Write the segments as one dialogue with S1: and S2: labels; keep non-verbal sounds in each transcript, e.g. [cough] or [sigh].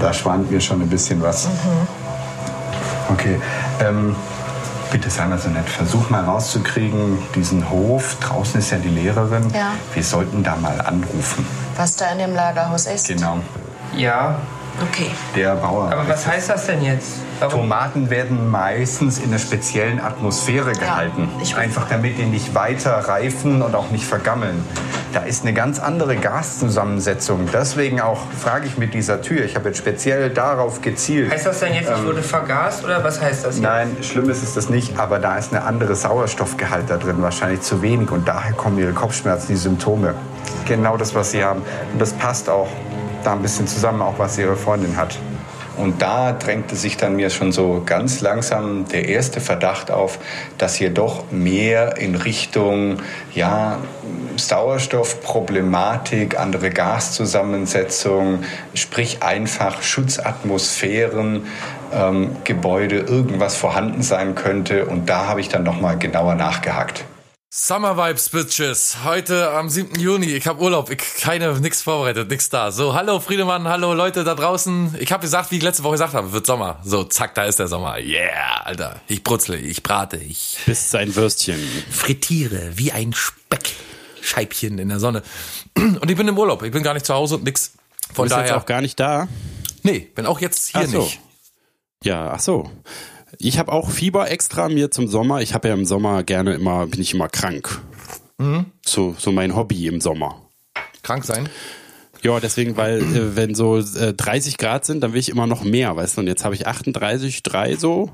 S1: da schwant mir schon ein bisschen was.
S2: Mhm.
S1: Okay. Ähm, bitte sei mal so nett. Versuch mal rauszukriegen, diesen Hof, draußen ist ja die Lehrerin.
S2: Ja.
S1: Wir sollten da mal anrufen.
S2: was da in dem Lagerhaus ist.
S1: Genau.
S3: Ja,
S2: Okay.
S1: Der Bauer.
S3: aber was heißt das denn jetzt? Warum?
S1: Tomaten werden meistens in einer speziellen Atmosphäre gehalten.
S2: ich-
S1: Einfach damit die nicht weiter reifen und auch nicht vergammeln. Da ist eine ganz andere Gaszusammensetzung. Deswegen auch frage ich mit dieser Tür. Ich habe jetzt speziell darauf gezielt.
S3: Heißt das denn jetzt, ich wurde vergast oder was heißt das jetzt?
S1: Nein, schlimm ist es das nicht, aber da ist eine andere Sauerstoffgehalt da drin, wahrscheinlich zu wenig. Und daher kommen ihre Kopfschmerzen, die Symptome. Genau das, was sie haben. Und das passt auch da ein bisschen zusammen, auch was ihre Freundin hat. Und da drängte sich dann mir schon so ganz langsam der erste Verdacht auf, dass hier doch mehr in Richtung ja, Sauerstoffproblematik, andere Gaszusammensetzung, sprich einfach Schutzatmosphären, ähm, Gebäude, irgendwas vorhanden sein könnte. Und da habe ich dann nochmal genauer nachgehakt.
S4: Summer Vibes, Bitches. Heute am 7. Juni. Ich habe Urlaub. Ich keine, nix vorbereitet, nix da. So, hallo Friedemann, hallo Leute da draußen. Ich habe gesagt, wie ich letzte Woche gesagt habe, wird Sommer. So, zack, da ist der Sommer. Yeah, Alter. Ich brutzle, ich brate, ich
S5: Bist sein Würstchen.
S4: frittiere wie ein Speckscheibchen in der Sonne. Und ich bin im Urlaub. Ich bin gar nicht zu Hause und nix. Von
S5: Bist jetzt
S4: daher.
S5: auch gar nicht da.
S4: nee, bin auch jetzt hier
S5: Ach so.
S4: nicht.
S5: Ja, ach so. Ich habe auch Fieber extra mir zum Sommer. Ich habe ja im Sommer gerne immer, bin ich immer krank.
S4: Mhm.
S5: So, so mein Hobby im Sommer.
S4: Krank sein.
S5: Ja, deswegen, weil äh, wenn so äh, 30 Grad sind, dann will ich immer noch mehr, weißt du. Und jetzt habe ich 38,3 so.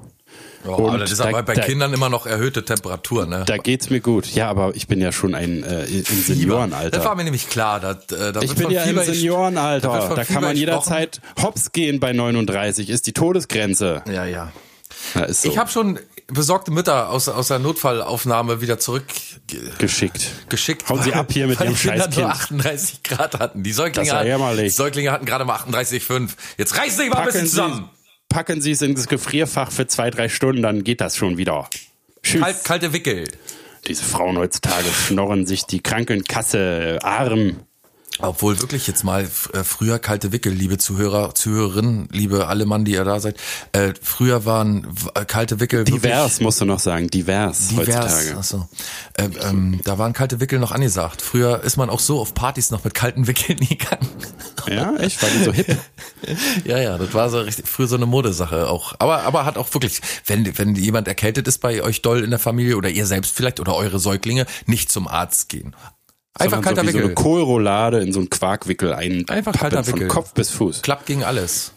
S4: Ja,
S5: Und
S4: aber das ist
S5: da-
S4: aber bei
S5: da-
S4: Kindern immer noch erhöhte Temperatur, ne?
S5: Da geht's mir gut. Ja, aber ich bin ja schon ein äh, im
S4: Das war
S5: Seniorenalter.
S4: mir nämlich klar. Da, äh, da
S5: Ich
S4: Äh, wird
S5: bin
S4: von
S5: ja im
S4: Fieber ges- wird
S5: Seniorenalter.
S4: von
S5: Da
S4: Fieber
S5: kann man
S4: gesprochen.
S5: jederzeit hops gehen bei 39, ist die Todesgrenze.
S4: Ja, ja.
S5: Ja, ist so
S4: Ich habe schon besorgte Mütter aus, aus der Notfallaufnahme wieder zurückgeschickt.
S5: geschickt. Hauen Sie ab hier mit
S4: weil
S5: Ihrem
S4: die Kinder
S5: Scheißkind.
S4: nur 38 Grad hatten. Die Säuglinge,
S5: Das ist ja
S4: hatten,
S5: jämmerlich.
S4: die Säuglinge hatten gerade mal 38,5. Jetzt reiß dich mal ein bisschen
S5: Packen Sie,
S4: zusammen.
S5: packen Sie es in das Gefrierfach für zwei, drei Stunden, dann geht das schon wieder. Tschüss.
S4: Kalt, kalte Wickel.
S5: Diese Frauen heutzutage schnorren sich die Krankenkasse arm.
S4: Obwohl wirklich jetzt mal f- äh, früher kalte Wickel, liebe Zuhörer, Zuhörerinnen, liebe alle Mann, die ihr da seid. Äh, früher waren w- äh, kalte Wickel wirklich
S5: Divers, musst du noch sagen. Divers,
S4: divers.
S5: heutzutage.
S4: Achso. Ähm, ähm, da waren kalte Wickel noch angesagt. Früher ist man auch so auf Partys noch mit kalten [laughs] Wickeln gegangen.
S5: Ja, echt? War
S4: [laughs]
S5: die so hip?
S4: Ja, ja, das war so richtig früher so eine Modesache auch. Aber, aber hat auch wirklich, wenn, wenn jemand erkältet ist bei euch doll in der Familie oder ihr selbst vielleicht oder eure Säuglinge, nicht zum Arzt gehen. Einfach
S5: Sondern
S4: kalter
S5: so wie
S4: Wickel.
S5: so eine Kohlroulade in so einen Quarkwickel ein.
S4: Einfach
S5: Pappen
S4: kalter Wickel.
S5: Von Kopf bis Fuß.
S4: Klappt gegen alles.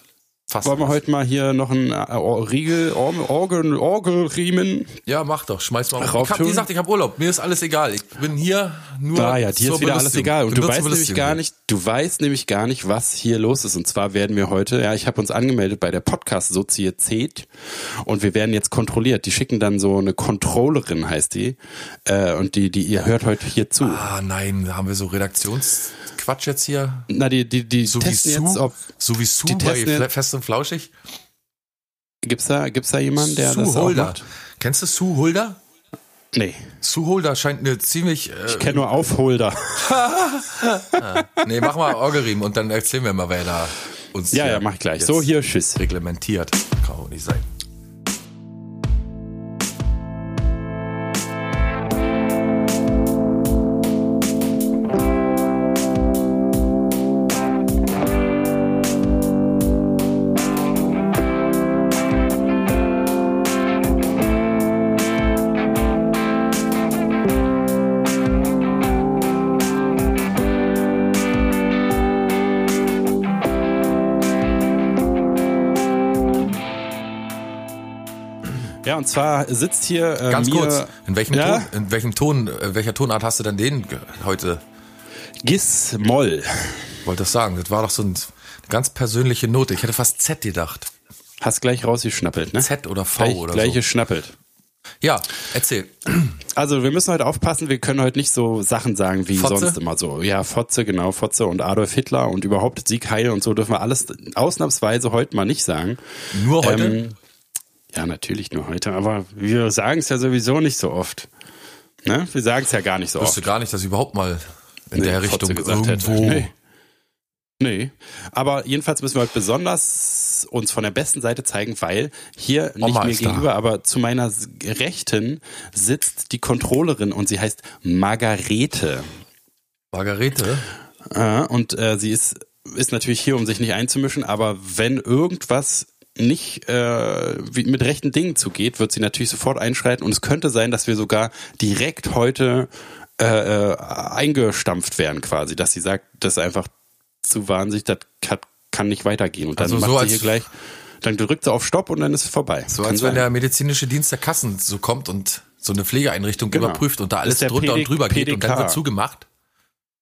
S4: Fast.
S5: Wollen wir heute mal hier noch einen äh, Or- Riegel, Or- Orgel, Orgelriemen?
S4: ja, mach doch, schmeiß mal
S5: Rauf
S4: auf. Ich hab, wie
S5: tun?
S4: gesagt, ich habe Urlaub, mir ist alles egal. Ich bin hier nur.
S5: Ah ja, dir
S4: zur
S5: ist wieder alles
S4: Belustigung.
S5: egal. Und
S4: Bin
S5: du
S4: nur
S5: weißt
S4: zur
S5: nämlich
S4: Belustigung
S5: gar
S4: hier.
S5: nicht, du weißt nämlich gar nicht, was hier los ist. Und zwar werden wir heute, ja, ich habe uns angemeldet bei der Podcast-Sozietät und wir werden jetzt kontrolliert. Die schicken dann so eine Controllerin, heißt die. Äh, und die, die, ihr hört heute hier zu.
S4: Ah nein, da haben wir so Redaktionsquatsch jetzt hier.
S5: Na, die, die, die
S4: So wie
S5: testen jetzt,
S4: Sue,
S5: ob.
S4: so wie Sue
S5: die
S4: bei
S5: testen jetzt-
S4: Fle- Fest und Flauschig.
S5: Gibt's da, gibt's da jemanden, der
S4: Sue
S5: das auch
S4: Holder.
S5: macht?
S4: Kennst du Sue Holder?
S5: Nee.
S4: Sue Holder scheint eine ziemlich äh,
S5: Ich kenne nur Aufholder.
S4: Nee, mach mal Orgerim und dann erzählen wir mal, wer da uns
S5: Ja,
S4: hier
S5: ja, mach ich gleich.
S4: jetzt
S5: So, hier, tschüss.
S4: reglementiert. Kann auch nicht sein.
S5: Ja, und zwar sitzt hier. Äh,
S4: Ganz
S5: mir,
S4: kurz, in welchem,
S5: ja?
S4: Ton, in welchem Ton, in welcher Tonart hast du denn den ge- heute?
S5: Gis Moll.
S4: Wollte das sagen, das war doch so ein, eine ganz persönliche Note. Ich hätte fast Z gedacht.
S5: Hast gleich rausgeschnappelt, ne?
S4: Z oder V
S5: gleich,
S4: oder
S5: gleich
S4: so.
S5: geschnappelt.
S4: Ja, erzähl.
S5: Also wir müssen heute aufpassen, wir können heute nicht so Sachen sagen wie
S4: Fotze?
S5: sonst immer so. Ja, Fotze, genau, Fotze und Adolf Hitler und überhaupt Sieg Heil und so dürfen wir alles ausnahmsweise heute mal nicht sagen.
S4: Nur heute?
S5: Ähm, ja, natürlich nur heute, aber wir sagen es ja sowieso nicht so oft. Ne? Wir sagen es ja gar nicht so
S4: Wusste
S5: oft.
S4: gar nicht, dass ich überhaupt mal in
S5: oh. Nee,
S4: der
S5: Fotze
S4: Richtung
S5: gesagt hätte.
S4: irgendwo
S5: Nee. Nee, aber jedenfalls müssen wir heute besonders uns von der besten Seite zeigen, weil hier nicht
S4: Oma
S5: mir
S4: ist da.
S5: gegenüber, aber zu meiner s- Rechten sitzt die Controllerin und sie heißt Margarete.
S4: Margarete?
S5: Äh, und äh, sie ist, ist natürlich hier, um sich nicht einzumischen, aber wenn irgendwas nicht äh, wie, mit rechten Dingen zugeht, wird sie natürlich sofort einschreiten und es könnte sein, dass wir sogar direkt heute äh, äh, eingestampft werden quasi, dass sie sagt, das ist einfach zu wahnsinnig, das kann, kann nicht weitergehen und dann
S4: Also so
S5: macht sie
S4: als-
S5: hier gleich, dann drückt sie auf Stopp und dann ist es vorbei.
S4: So
S5: Kann
S4: als wenn
S5: sein.
S4: der medizinische Dienst der Kassen so kommt und so eine Pflegeeinrichtung
S5: Genau.
S4: überprüft und da
S5: Das
S4: alles
S5: ist der
S4: drunter
S5: PD
S4: und drüber geht und dann
S5: PDK.
S4: wird zugemacht.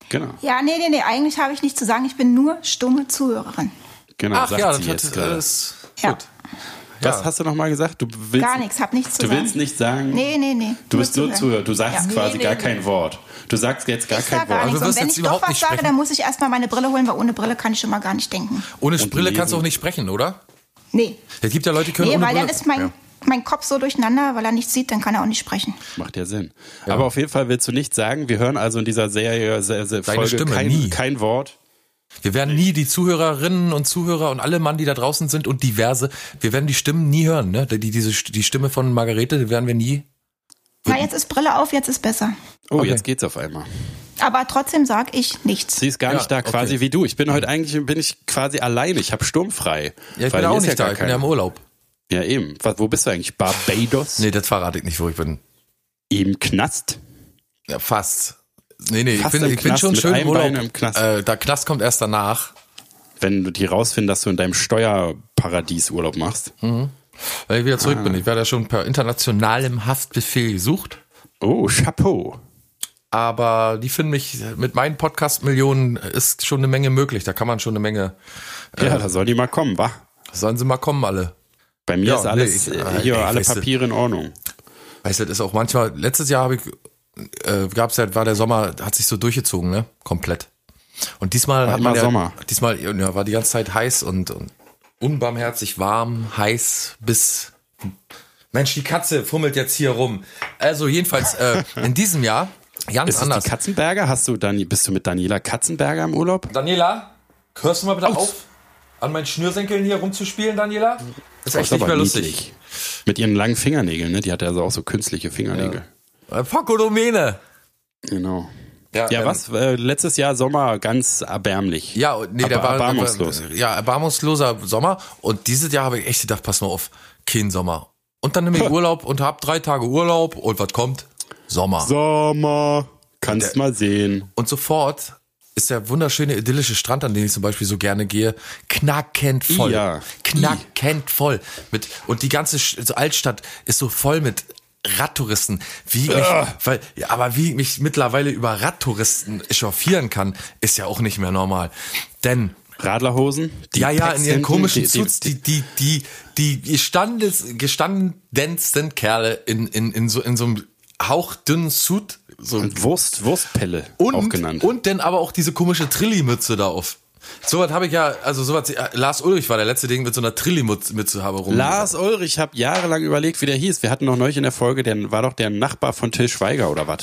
S5: genau,
S6: Ja, nee, nee, nee, eigentlich habe ich nichts zu sagen. Ich bin nur stumme Zuhörerin.
S5: genau,
S4: Ach
S5: sagt
S4: ja,
S5: sie
S4: das hat,
S5: jetzt gerade.
S4: äh, ist
S6: Ja.
S4: gut.
S5: Was
S4: ja.
S5: hast du nochmal gesagt? Du willst,
S6: Gar nichts, hab nichts zu
S5: Du
S6: sagen.
S5: willst nicht sagen.
S6: Nee, nee, nee.
S5: Du
S6: Nur
S5: bist nur
S6: zuhören.
S5: Zuhörer. Du sagst
S6: Ja.
S5: quasi
S6: Nee, nee,
S5: gar
S6: nee.
S5: kein Wort. Du sagst jetzt gar
S6: Ich
S5: kein
S6: sag gar
S5: Wort.
S4: Also
S6: nichts.
S4: wirst
S6: Und wenn
S4: jetzt
S6: ich doch
S4: überhaupt
S6: was
S4: nicht
S6: sage,
S4: sprechen?
S6: dann muss ich erstmal meine Brille holen, weil ohne Brille kann ich schon mal gar nicht denken.
S4: Ohne
S5: Und
S4: Brille kannst du
S5: lesen.
S4: auch nicht sprechen, oder?
S6: Nee.
S4: Es gibt ja Leute, die können
S6: Nee,
S4: ohne
S6: weil
S4: Brille.
S6: dann ist mein,
S4: Ja.
S6: mein Kopf so durcheinander, weil er nichts sieht, dann kann er auch nicht sprechen.
S5: Macht ja Sinn. Aber auf jeden Fall willst du nichts sagen. Wir hören also in dieser Serie, sehr, sehr
S4: Deine
S5: Folge
S4: Stimme,
S5: kein,
S4: nie.
S5: kein Wort.
S4: Wir werden nie die Zuhörerinnen und Zuhörer und alle Mann, die da draußen sind und diverse, wir werden die Stimmen nie hören, ne? Die, diese, die Stimme von Margarete, die werden wir nie.
S6: Na, jetzt ist Brille auf, jetzt ist besser.
S5: Oh,
S4: Okay.
S5: jetzt geht's auf einmal.
S6: Aber trotzdem sage ich nichts.
S5: Sie ist gar
S4: Ja,
S5: nicht da,
S4: okay.
S5: quasi wie du. Ich bin heute eigentlich bin ich quasi alleine. Ich habe sturmfrei.
S4: Ja, ich
S5: Weil
S4: bin
S5: hier
S4: auch
S5: ist
S4: nicht
S5: ja
S4: da,
S5: gar
S4: ich bin ja im
S5: keiner.
S4: Urlaub.
S5: Ja, eben. Was- Wo bist du eigentlich? Barbados?
S4: Nee, das verrate ich nicht, wo ich bin.
S5: Im Knast?
S4: Ja, fast. Nee, nee,
S5: Fast
S4: ich bin,
S5: im
S4: ich bin
S5: Knast,
S4: schon
S5: mit
S4: schön im
S5: einem
S4: Urlaub.
S5: Bein im Knast.
S4: Äh, der Knast kommt erst danach.
S5: Wenn du die rausfinden, dass du in deinem Steuerparadies Urlaub machst.
S4: Hm. Weil ich wieder zurück
S5: Ah.
S4: bin. Ich werde ja schon per internationalem Haftbefehl gesucht.
S5: Oh, Chapeau.
S4: Aber die finden mich, mit meinen Podcast-Millionen ist schon eine Menge möglich. Da kann man schon eine Menge.
S5: Ja,
S4: Äh.
S5: da soll die mal kommen, wa?
S4: Sollen sie mal kommen, alle.
S5: Bei mir
S4: Ja,
S5: ist alles,
S4: nee, ich-
S5: äh,
S4: äh,
S5: hier,
S4: ey,
S5: alle
S4: weißt du-
S5: Papiere in Ordnung.
S4: Weißt du, das ist auch manchmal, letztes Jahr habe ich, äh, gab's halt, war der Sommer, hat sich so durchgezogen, ne? Komplett. Und diesmal hat
S5: immer
S4: man ja,
S5: Sommer.
S4: diesmal ja, war die ganze Zeit heiß und, und unbarmherzig warm, heiß bis Mensch, die Katze fummelt jetzt hier rum. Also jedenfalls äh, in diesem Jahr ganz
S5: Ist es
S4: anders.
S5: die Katzenberger? Hast du Dani, bist du mit Daniela Katzenberger im Urlaub?
S4: Daniela, hörst du mal bitte auf, an meinen Schnürsenkeln hier rumzuspielen, Daniela? Das ist echt nicht
S5: aber
S4: mehr lustig.
S5: niedlich. Mit ihren langen Fingernägeln, ne? Die hat ja also auch so künstliche Fingernägel.
S4: Äh, Pocodomene.
S5: Genau.
S4: Ja,
S5: Ja,
S4: ähm,
S5: was? Äh, letztes Jahr Sommer ganz erbärmlich.
S4: Ja, und- nee, der
S5: Aber
S4: war
S5: erbarmungslos.
S4: war- Ja, erbarmungsloser Sommer. Und dieses Jahr habe ich echt gedacht, pass mal auf, kein Sommer. Und dann nehme ich
S5: Huh.
S4: Urlaub und habe drei Tage Urlaub und was kommt? Sommer.
S5: Sommer. Kannst mal sehen.
S4: Und sofort ist der wunderschöne idyllische Strand, an den ich zum Beispiel so gerne gehe, knackend voll.
S5: Ja.
S4: Knackend voll. Mit, und die ganze Sch- so Altstadt ist so voll mit Radtouristen. Wie ich mich, weil, ja, aber wie ich mich mittlerweile über Radtouristen echauffieren kann, ist ja auch nicht mehr normal. Denn
S5: Radlerhosen? Die
S4: ja, ja,
S5: Packs
S4: in ihren
S5: hinten,
S4: komischen
S5: die- die-
S4: Suits, die, die, die, die gestandes, gestandensten Kerle in, in, in so, in so einem hauchdünnen Suit, so
S5: Und Wurst, Wurstpelle, auch genannt.
S4: und dann aber auch diese komische Trillimütze da auf. Sowas habe ich ja, also sowas, äh, Lars Ulrich war der letzte, den ich mit so einer Trillimütze habe rum.
S5: Lars Ulrich, ich habe jahrelang überlegt, wie der hieß. Wir hatten noch neulich in der Folge, der war doch der Nachbar von Till Schweiger oder was.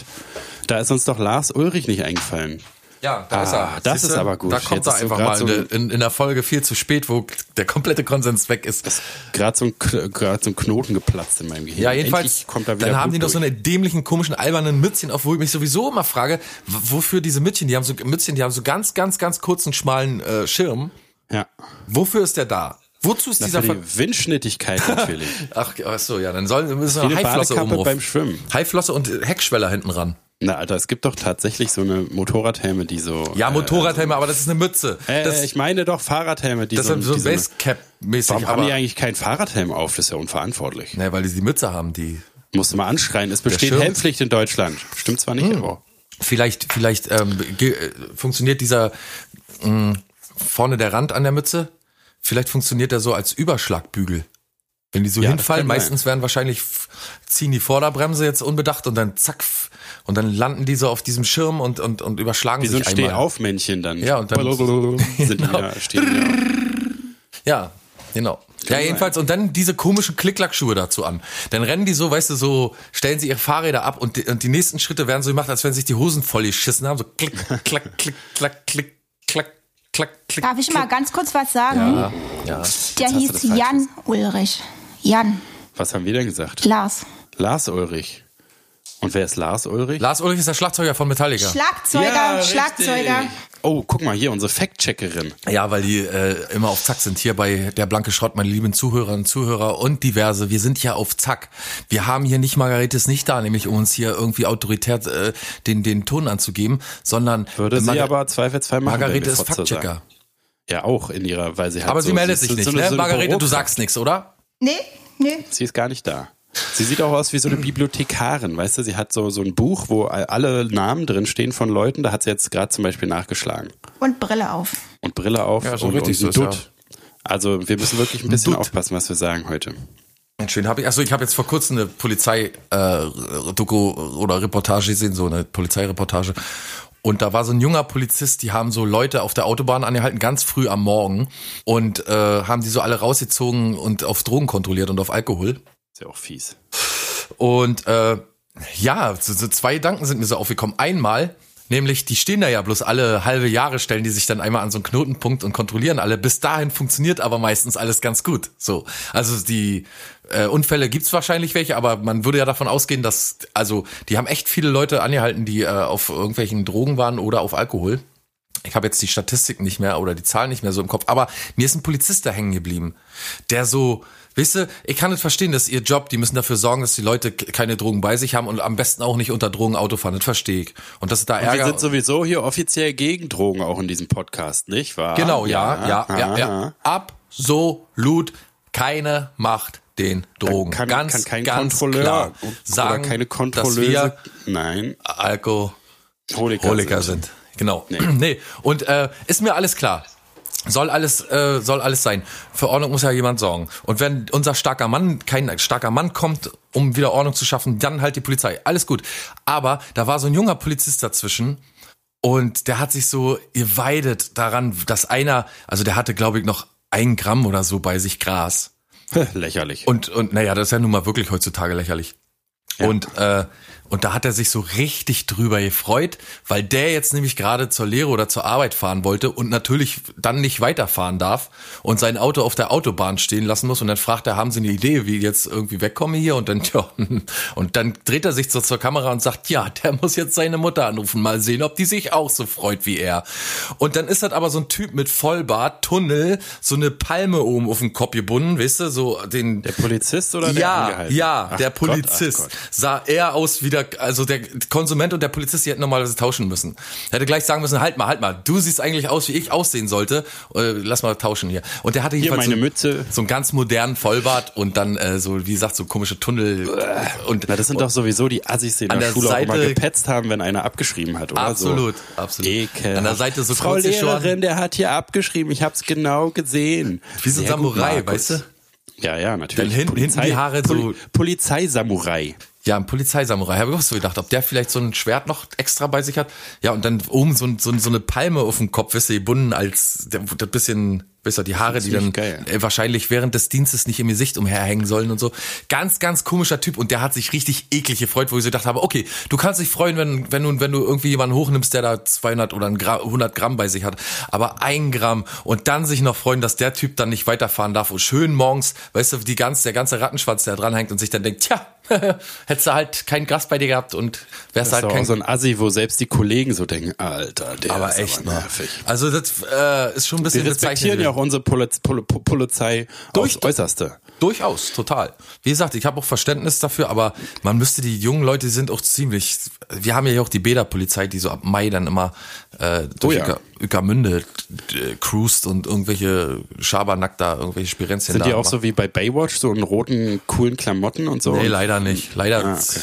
S5: Da ist uns doch Lars Ulrich nicht eingefallen.
S4: Ja, da ist
S5: Ah,
S4: er.
S5: das
S4: Siehst
S5: ist
S4: du?
S5: aber gut.
S4: Da kommt
S5: Jetzt
S4: er
S5: ist so
S4: einfach
S5: grad
S4: mal in,
S5: so
S4: der- in, in der Folge viel zu spät, wo der komplette Konsens weg ist.
S5: Gerade so, ein Kn- grad so ein Knoten geplatzt in meinem Gehirn.
S4: Ja, jedenfalls,
S5: Endlich kommt da wieder
S4: dann haben
S5: Blut
S4: die noch
S5: durch.
S4: so eine dämlichen, komischen, albernen Mützchen auf, wo ich mich sowieso immer frage, w- wofür diese Mützchen, die haben so Mützchen, die haben so ganz, ganz, ganz kurzen, schmalen äh, Schirm.
S5: Ja,
S4: Wofür ist der da? Wozu ist
S5: das
S4: dieser
S5: für
S4: Ver
S5: die Windschnittigkeit
S4: [laughs]
S5: natürlich.
S4: Ach, ach so, ja, dann sollen müssen wir
S5: Wie eine
S4: Haiflosse
S5: Badekappe
S4: oben
S5: beim Schwimmen.
S4: Haiflosse und äh, Heckschweller hinten ran.
S5: Na, Alter, es gibt doch tatsächlich so eine Motorradhelme, die so.
S4: Ja,
S5: äh,
S4: Motorradhelme, aber das ist eine Mütze.
S5: Äh,
S4: das,
S5: ich meine doch Fahrradhelme, die
S4: das
S5: so,
S4: ist so
S5: die
S4: ein
S5: so eine-
S4: Basecap-mäßig,
S5: Warum haben die
S4: aber.
S5: eigentlich keinen Fahrradhelm auf? Das ist ja unverantwortlich.
S4: Ne, weil die die Mütze haben, die.
S5: Musst du mal anschreien. Es besteht
S4: Schirm.
S5: Helmpflicht in Deutschland. Stimmt zwar
S4: Hm.
S5: nicht, aber.
S4: Vielleicht, vielleicht ähm, ge- äh, funktioniert dieser mh, vorne der Rand an der Mütze, vielleicht funktioniert er so als Überschlagbügel. Wenn die so
S5: Ja, das
S4: hinfallen,
S5: kann sein.
S4: meistens werden wahrscheinlich f- ziehen die Vorderbremse jetzt unbedacht und dann zack f- und dann landen die so auf diesem Schirm und und und überschlagen
S5: Wie so ein
S4: sich einmal.
S5: Stehaufmännchen dann.
S4: Ja, und dann-
S5: sind
S4: [laughs]
S5: die
S4: Genau.
S5: da, stehen die da.
S4: Ja, genau. ja, jedenfalls. Und dann diese komischen Klicklackschuhe dazu an. Dann rennen die so, weißt du, so, stellen sie ihre Fahrräder ab und die, und die nächsten Schritte werden so gemacht, als wenn sich die Hosen voll geschissen haben. So klick, klack, klick, klack, klick, klack, klack, klick.
S6: Darf ich mal ganz kurz was sagen?
S4: Ja, ja.
S6: Der
S5: Jetzt hast du
S6: hieß
S5: das falsch
S6: Jan
S5: gesagt.
S6: Ulrich. Jan.
S5: Was haben wir denn gesagt?
S6: Lars.
S5: Lars Ulrich. Und wer ist Lars Ulrich?
S4: Lars Ulrich ist der Schlagzeuger von Metallica.
S6: Schlagzeuger,
S5: Ja, richtig.
S6: Schlagzeuger.
S5: Oh, guck mal hier, unsere Fact-Checkerin.
S4: Ja, weil die äh, immer auf Zack sind. Hier bei der blanke Schrott, meine lieben Zuhörerinnen und Zuhörer und diverse. Wir sind ja auf Zack. Wir haben hier nicht Margaretes nicht da, nämlich um uns hier irgendwie autoritär äh, den, den Ton anzugeben, sondern
S5: Würde sie
S4: Marga-
S5: aber zweifelsfrei machen. wenn
S4: Margarete
S5: wir
S4: ist
S5: Fotze sagen.
S4: Faktchecker.
S5: Ja, auch in ihrer, weil sie hat
S4: Aber
S5: so,
S4: sie meldet
S5: ist
S4: sich nicht,
S5: so eine-
S4: ne?
S5: so eine
S4: Margarete, du
S5: Büro-
S4: sagst nichts, oder?
S6: Nee, nee.
S5: Sie ist gar nicht da. Sie sieht auch aus wie so eine Bibliothekarin, weißt du? Sie hat so, so ein Buch, wo all- alle Namen drin stehen von Leuten. Da hat sie jetzt gerade zum Beispiel nachgeschlagen.
S6: Und Brille auf.
S5: Und Brille auf
S4: Ja, so
S5: und,
S4: richtig
S5: und
S4: so
S5: ein
S4: ist,
S5: Dutt. Also wir müssen wirklich ein bisschen
S4: Dutt.
S5: aufpassen, was wir sagen heute.
S4: Schön, hab ich, achso, ich habe jetzt vor kurzem eine Polizei-Doku oder Reportage gesehen, so eine Polizeireportage. Und da war so ein junger Polizist, die haben so Leute auf der Autobahn angehalten, ganz früh am Morgen. Und äh, haben die so alle rausgezogen und auf Drogen kontrolliert und auf Alkohol.
S5: Ist ja auch fies.
S4: Und äh, ja, so, so zwei Gedanken sind mir so aufgekommen. Einmal, nämlich, die stehen da ja bloß alle halbe Jahre, stellen die sich dann einmal an so einen Knotenpunkt und kontrollieren alle. Bis dahin funktioniert aber meistens alles ganz gut. So, also die äh, Unfälle gibt's wahrscheinlich welche, aber man würde ja davon ausgehen, dass, also die haben echt viele Leute angehalten, die äh, auf irgendwelchen Drogen waren oder auf Alkohol. Ich habe jetzt die Statistik nicht mehr oder die Zahlen nicht mehr so im Kopf, aber mir ist ein Polizist da hängen geblieben, der so, weißt du, ich kann nicht verstehen, dass ihr Job, die müssen dafür sorgen, dass die Leute k- keine Drogen bei sich haben und am besten auch nicht unter Drogen Auto fahren, das verstehe ich. Und dass da
S5: Wir
S4: Ärger...
S5: sind sowieso hier offiziell gegen Drogen auch in diesem Podcast, nicht wahr?
S4: genau, ja, ja, ja, ja,
S5: Ah.
S4: Absolut keine Macht den Drogen.
S5: Kann,
S4: ganz,
S5: kann kein
S4: ganz
S5: Kontrolleur
S4: klar
S5: oder
S4: sagen,
S5: keine
S4: dass
S5: Kontrolleuse.
S4: wir
S5: Nein,
S4: Alkohol
S5: Holiker,
S4: Alkoholiker sind. Genau. [clears throat] Nee. Und äh, ist mir alles klar. Soll alles, äh, soll alles sein. Für Ordnung muss ja jemand sorgen. Und wenn unser starker Mann, kein starker Mann kommt, um wieder Ordnung zu schaffen, dann halt die Polizei. Alles gut. Aber da war so ein junger Polizist dazwischen und der hat sich so geweidet daran, dass einer, also der hatte, glaube ich, noch ein Gramm oder so bei sich Gras.
S5: [laughs] Lächerlich.
S4: Und, und naja, das ist ja nun mal wirklich heutzutage lächerlich. Und, äh, und da hat er sich so richtig drüber gefreut, weil der jetzt nämlich gerade zur Lehre oder zur Arbeit fahren wollte und natürlich dann nicht weiterfahren darf und sein Auto auf der Autobahn stehen lassen muss. Und dann fragt er, haben Sie eine Idee, wie ich jetzt irgendwie wegkomme hier? Und dann, [laughs] ja, und dann dreht er sich so zur Kamera und sagt, ja, der muss jetzt seine Mutter anrufen, mal sehen, ob die sich auch so freut wie er. Und dann ist das aber so ein Typ mit Vollbart, Tunnel, so eine Palme oben auf dem Kopf gebunden, weißt du, so den,
S5: der Polizist oder der
S4: ja,
S5: Angehaltene?
S4: ja,
S5: Ach
S4: der
S5: Gott, ach
S4: Polizist
S5: Gott.
S4: sah eher aus wie der, also der Konsument und der Polizist, die hätten normalerweise tauschen müssen. Der hätte gleich sagen müssen, halt mal, halt mal, du siehst eigentlich aus, wie ich aussehen sollte, äh, lass mal tauschen hier. Und der hatte
S5: Hier
S4: jedenfalls
S5: meine
S4: so,
S5: Mütze.
S4: so einen ganz modernen Vollbart und dann äh, so, wie gesagt, so komische Tunnel und
S5: Na, das sind doch sowieso die Assis, die in
S4: An
S5: der
S4: der
S5: Schule auch immer
S4: Seite-
S5: gepetzt haben, wenn einer abgeschrieben hat, oder
S4: Absolut,
S5: so.
S4: absolut.
S5: Ekelhaft.
S4: An der Seite so
S5: Frau
S4: kurze Schorten.
S5: Lehrerin, der hat hier abgeschrieben, ich hab's genau gesehen.
S4: Wie so ein
S5: Sehr gut,
S4: Samurai,
S5: Markus.
S4: weißt du?
S5: Ja, ja, natürlich.
S4: Dann hinten- hinten die Haare so-
S5: Polizeisamurai.
S4: Ja, ein Polizeisamurai. Habe ich auch so gedacht, ob der vielleicht so ein Schwert noch extra bei sich hat. Ja, und dann oben so, ein- so, ein- so eine Palme auf dem Kopf, wisst ihr, gebunden als der- das bisschen, wisst ihr, die Haare, die dann
S5: Ziemlich geil.
S4: äh, wahrscheinlich während des Dienstes nicht im Gesicht umherhängen sollen und so. Ganz, ganz komischer Typ und der hat sich richtig eklig gefreut, wo ich so gedacht habe, okay, du kannst dich freuen, wenn, wenn, du, wenn du irgendwie jemanden hochnimmst, der da 200 oder ein Gra 100 Gramm bei sich hat, aber ein Gramm und dann sich noch freuen, dass der Typ dann nicht weiterfahren darf und schön morgens, weißt du, die ganz, der ganze Rattenschwanz, der dranhängt und sich dann denkt, tja, [laughs] hättest du halt kein Gras bei dir gehabt und wärst
S5: Das ist
S4: halt
S5: doch
S4: kein
S5: auch so ein Assi, wo selbst die Kollegen so denken, Alter, der
S4: aber
S5: ist
S4: echt
S5: aber
S4: ne?
S5: nervig.
S4: Also das äh, ist schon ein bisschen
S5: Wir respektieren
S4: bezeichnend.
S5: ja auch unsere Poliz Pol Pol Polizei
S4: Durch-
S5: aufs Äußerste.
S4: Durchaus, total. Wie gesagt, ich habe auch Verständnis dafür, aber man müsste die jungen Leute, die sind auch ziemlich. Wir haben ja hier auch die Bäderpolizei, die so ab Mai dann immer äh, durch
S5: Oh ja.
S4: Uecker- Ueckermünde äh, cruist und irgendwelche Schabernack da, irgendwelche Spirenzchen
S5: Sind
S4: da
S5: die auch
S4: macht.
S5: so wie bei Baywatch, so in roten, coolen Klamotten und so?
S4: Nee,
S5: Und-
S4: leider nicht. Leider,
S5: Ah, okay.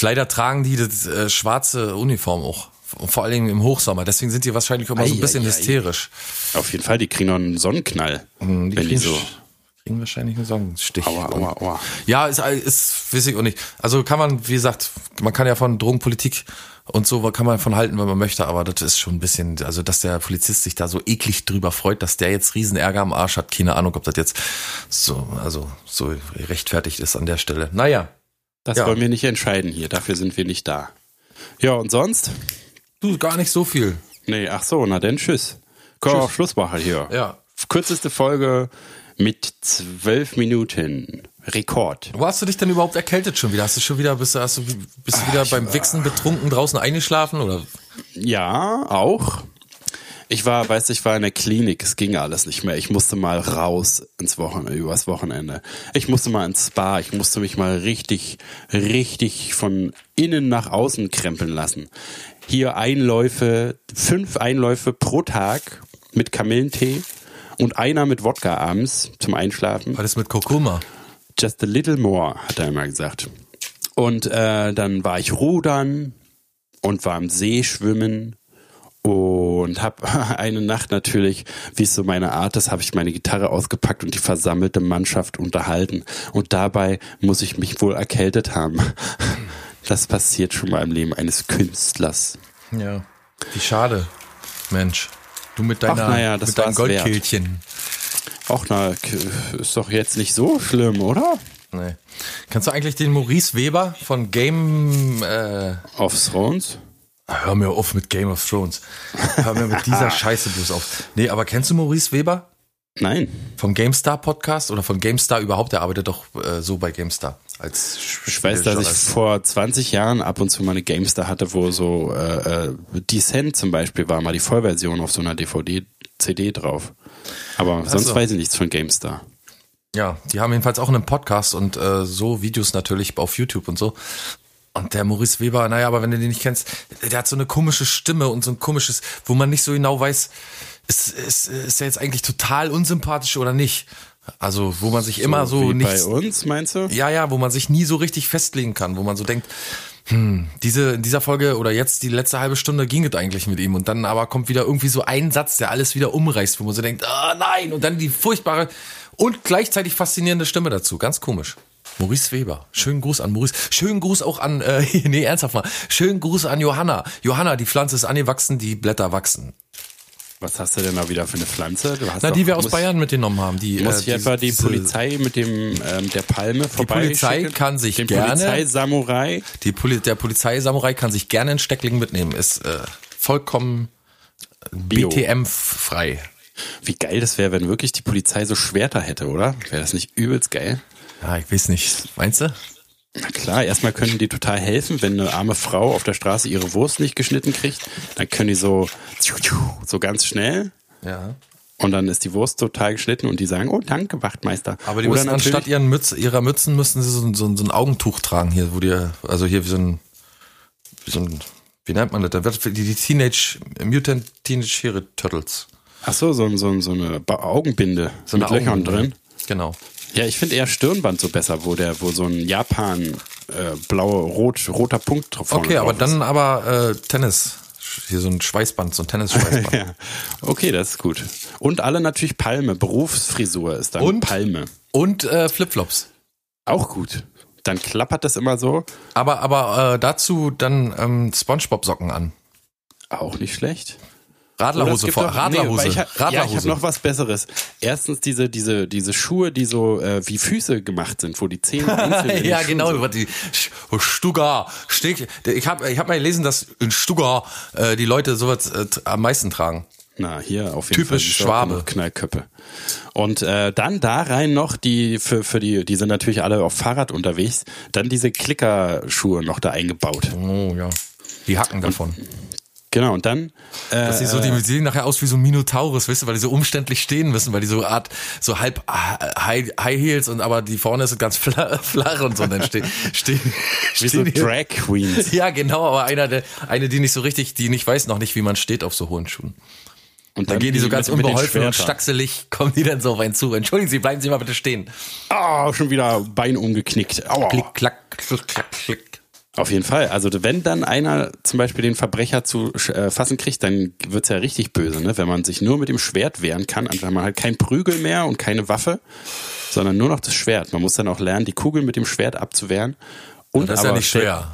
S4: leider tragen die das äh, schwarze Uniform auch. Und vor allen Dingen im Hochsommer. Deswegen sind die wahrscheinlich auch immer so
S5: Ei,
S4: ein bisschen
S5: ei, ei.
S4: hysterisch.
S5: Auf jeden Fall, die kriegen noch einen Sonnenknall.
S4: Mm,
S5: wenn die so.
S4: kriegen wahrscheinlich einen Sonnenstich.
S5: Aua, aua, aua.
S4: Ja, ist, ist weiß ich auch nicht. Also kann man, wie gesagt, man kann ja von Drogenpolitik und so kann man von halten, wenn man möchte, aber das ist schon ein bisschen, also dass der Polizist sich da so eklig drüber freut, dass der jetzt riesen Ärger am Arsch hat, keine Ahnung, ob das jetzt so, also so rechtfertigt ist an der Stelle. Naja,
S5: Das
S4: Ja.
S5: wollen wir nicht entscheiden hier, dafür sind wir nicht da. Ja, und sonst?
S4: du gar nicht so viel.
S5: Nee, ach so, na denn, tschüss. Können wir auch Schluss machen hier.
S4: Ja.
S5: Kürzeste Folge mit zwölf Minuten. Rekord.
S4: Wo hast du dich denn überhaupt erkältet schon wieder? Hast du schon wieder, bist du, hast du, bist du wieder beim Wichsen betrunken draußen eingeschlafen oder?
S5: Ja, auch. Ich war, weiß ich war in der Klinik, es ging alles nicht mehr. Ich musste mal raus ins Wochenende, übers Wochenende. Ich musste mal ins Spa, ich musste mich mal richtig, richtig von innen nach außen krempeln lassen. Hier Einläufe, fünf Einläufe pro Tag mit Kamillentee und einer mit Wodka abends zum Einschlafen.
S4: War das mit Kurkuma?
S5: Just a little more, hat er immer gesagt. Und äh, dann war ich rudern und war am See schwimmen und habe [laughs] eine Nacht natürlich, wie es so meine Art ist, habe ich meine Gitarre ausgepackt und die versammelte Mannschaft unterhalten. Und dabei muss ich mich wohl erkältet haben. [laughs] Das passiert schon mal im Leben eines Künstlers.
S4: Ja. Wie schade. Mensch. Du mit
S5: Ach,
S4: deiner,
S5: na ja, das
S4: mit deinem
S5: war's wert.
S4: Goldkehlchen.
S5: Auch na, k- ist doch jetzt nicht so schlimm, oder?
S4: Nee. Kannst du eigentlich den Maurice Weber von Game, äh,
S5: Of Thrones?
S4: hör mir auf mit Game of Thrones. Hör mir mit dieser Scheiße bloß auf. Nee, aber kennst du Maurice Weber?
S5: Nein.
S4: Vom GameStar Podcast oder von GameStar überhaupt? Der arbeitet doch äh, so bei GameStar. Als Sch-
S5: Ich weiß, dass ich
S4: Journalist.
S5: vor 20 Jahren ab und zu mal eine Gamestar hatte, wo so äh, äh, Descent zum Beispiel war mal die Vollversion auf so einer DVD, CD drauf. Aber sonst
S4: so.
S5: weiß ich nichts von Gamestar.
S4: Ja, die haben jedenfalls auch einen Podcast und äh, so Videos natürlich auf YouTube und so. Und der Maurice Weber, naja, aber wenn du den nicht kennst, der hat so eine komische Stimme und so ein komisches, wo man nicht so genau weiß, ist, ist, ist er jetzt eigentlich total unsympathisch oder nicht. Also, wo man sich immer so
S5: wie bei
S4: nicht.
S5: uns, meinst du?
S4: Ja, ja, wo man sich nie so richtig festlegen kann, wo man so denkt, hm, diese, in dieser Folge oder jetzt die letzte halbe Stunde ging es eigentlich mit ihm und dann aber kommt wieder irgendwie so ein Satz, der alles wieder umreißt, wo man so denkt, ah nein, und dann die furchtbare und gleichzeitig faszinierende Stimme dazu, ganz komisch. Maurice Weber, schönen Gruß an Maurice, schönen Gruß auch an, äh, [laughs] nee, ernsthaft mal, schönen Gruß an Johanna. Johanna, die Pflanze ist angewachsen, die Blätter wachsen.
S5: Was hast du denn da wieder für eine Pflanze? Du hast
S4: Na,
S5: doch-
S4: die wir aus
S5: muss-
S4: Bayern mitgenommen haben. Die,
S5: Muss
S4: äh,
S5: ich etwa die
S4: diese-
S5: Polizei mit dem ähm, der Palme vorbei
S4: Polizei kann sich
S5: den
S4: gerne-
S5: Polizeisamurai.
S4: Die Poli der Polizeisamurai kann sich gerne einen Steckling mitnehmen. Ist äh, vollkommen
S5: Bio.
S4: BTM-frei.
S5: Wie geil das wäre, wenn wirklich die Polizei so Schwerter hätte, oder? Wäre das nicht übelst geil?
S4: Ja, ich weiß nicht. Meinst du?
S5: Na klar, erstmal können die total helfen, wenn eine arme Frau auf der Straße ihre Wurst nicht geschnitten kriegt, dann können die so, so ganz schnell
S4: Ja.
S5: und dann ist die Wurst total geschnitten und die sagen, oh danke, Wachtmeister.
S4: Aber die
S5: Oder
S4: müssen anstatt
S5: natürlich-
S4: ihren Mütz, ihrer Mützen müssen sie so, ein- so, ein- so ein Augentuch tragen hier, wo die, also hier wie so ein, wie so ein, wie nennt man das? Da wird die, die Teenage Mutant Teenage Hero Turtles.
S5: Ach so, so, ein- so, ein- so eine Ba- Augenbinde
S4: So
S5: mit
S4: eine
S5: Löchern
S4: Augenbinde.
S5: drin.
S4: Genau.
S5: Ja, ich finde eher Stirnband so besser, wo der, wo so ein Japan äh, blauer rot, roter Punkt drauf vorne
S4: Okay, aber
S5: drauf
S4: dann aber äh, Tennis. Hier so ein Schweißband, so ein Tennisschweißband.
S5: [laughs] ist. [laughs] Ja. Okay, das ist gut. Und alle natürlich Palme. Berufsfrisur ist dann
S4: Und?
S5: Palme.
S4: Und äh, Flipflops.
S5: Auch gut. Dann klappert das immer so.
S4: Aber, aber äh, dazu dann ähm, Spongebob-Socken an.
S5: Auch nicht schlecht. Oder es
S4: Radlerhose
S5: gibt
S4: vor.
S5: doch-
S4: Radlerhose.
S5: weil ich hab, Ja, ich habe
S4: Radlerhose.
S5: noch was Besseres. Erstens diese, diese, diese Schuhe, die so äh, wie Füße gemacht sind, wo
S4: [laughs]
S5: die Zehen einzeln in den
S4: ja,
S5: Schuhen
S4: genau.
S5: sind.
S4: über Die Sch- Stuttgart. Steg- Ich habe ich hab mal gelesen, dass in Stuttgart äh, die Leute sowas äh, t- am meisten tragen.
S5: Na, hier auf jeden Fall.
S4: Typisch
S5: sind auch
S4: Schwabe.
S5: genug Knallköppe. Und äh, dann da rein noch die, für, für die, die sind natürlich alle auf Fahrrad unterwegs, dann diese Klickerschuhe noch da eingebaut.
S4: Oh ja. Die hacken davon.
S5: Genau, und dann äh,
S4: Dass sie so, die sehen nachher aus wie so Minotaurus, weißt du, weil die so umständlich stehen müssen, weil die so Art, so halb äh, High, High Heels und aber die vorne ist ganz [laughs] flach, flach und so und dann stehen, stehen,
S5: wie so
S4: stehen die-
S5: Drag Queens.
S4: [laughs] Ja, genau, aber einer, der, eine, die nicht so richtig, die nicht weiß noch nicht, wie man steht auf so hohen Schuhen.
S5: Und
S4: Dann gehen die so ganz
S5: mit- mit den
S4: unbeholfen und
S5: Schwertern.
S4: stachselig, kommen die dann so auf einen zu. Entschuldigen Sie, bleiben Sie mal bitte stehen.
S5: Ah, schon wieder Bein umgeknickt. Aua.
S4: Klick, klack, klick, klack, klick.
S5: Auf jeden Fall. Also wenn dann einer zum Beispiel den Verbrecher zu äh, fassen kriegt, dann wird's ja richtig böse, ne? wenn man sich nur mit dem Schwert wehren kann. Also man hat kein Prügel mehr und keine Waffe, sondern nur noch das Schwert. Man muss dann auch lernen, die Kugel mit dem Schwert abzuwehren. Und
S4: Das ist ja
S5: aber
S4: nicht
S5: stell-
S4: schwer.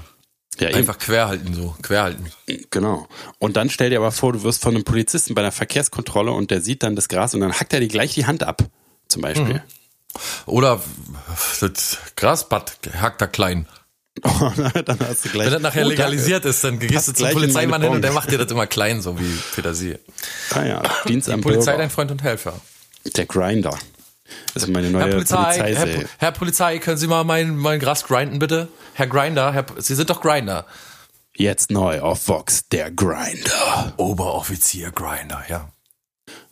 S5: Ja, eben,
S4: Einfach querhalten so, querhalten.
S5: genau. Und dann stell dir aber vor, du wirst von einem Polizisten bei einer Verkehrskontrolle und der sieht dann das Gras und dann hackt er dir gleich die Hand ab, zum Beispiel.
S4: Oder das Grasbad hackt da klein.
S5: [laughs] dann hast du gleich.
S4: Mhm. Wenn das nachher
S5: Oh, danke.
S4: legalisiert ist, dann
S5: Passt
S4: gehst du zum
S5: gleich in
S4: Polizeimann
S5: meine
S4: hin und der
S5: Bon.
S4: macht dir das immer klein, so wie Petersilie.
S5: Ah ja, Dienst am
S4: Polizei, dein
S5: Bürger.
S4: Freund und Helfer.
S5: Der Grinder. Das ist meine neue
S4: Herr Polizei, Herr,
S5: Polizeiserie.
S4: Po- Herr Polizei, können Sie mal mein, mein Gras grinden, bitte? Herr Grinder, Herr, Po- Sie sind doch Grinder.
S5: Jetzt neu auf Vox, der Grinder.
S4: Oberoffizier Grinder, ja.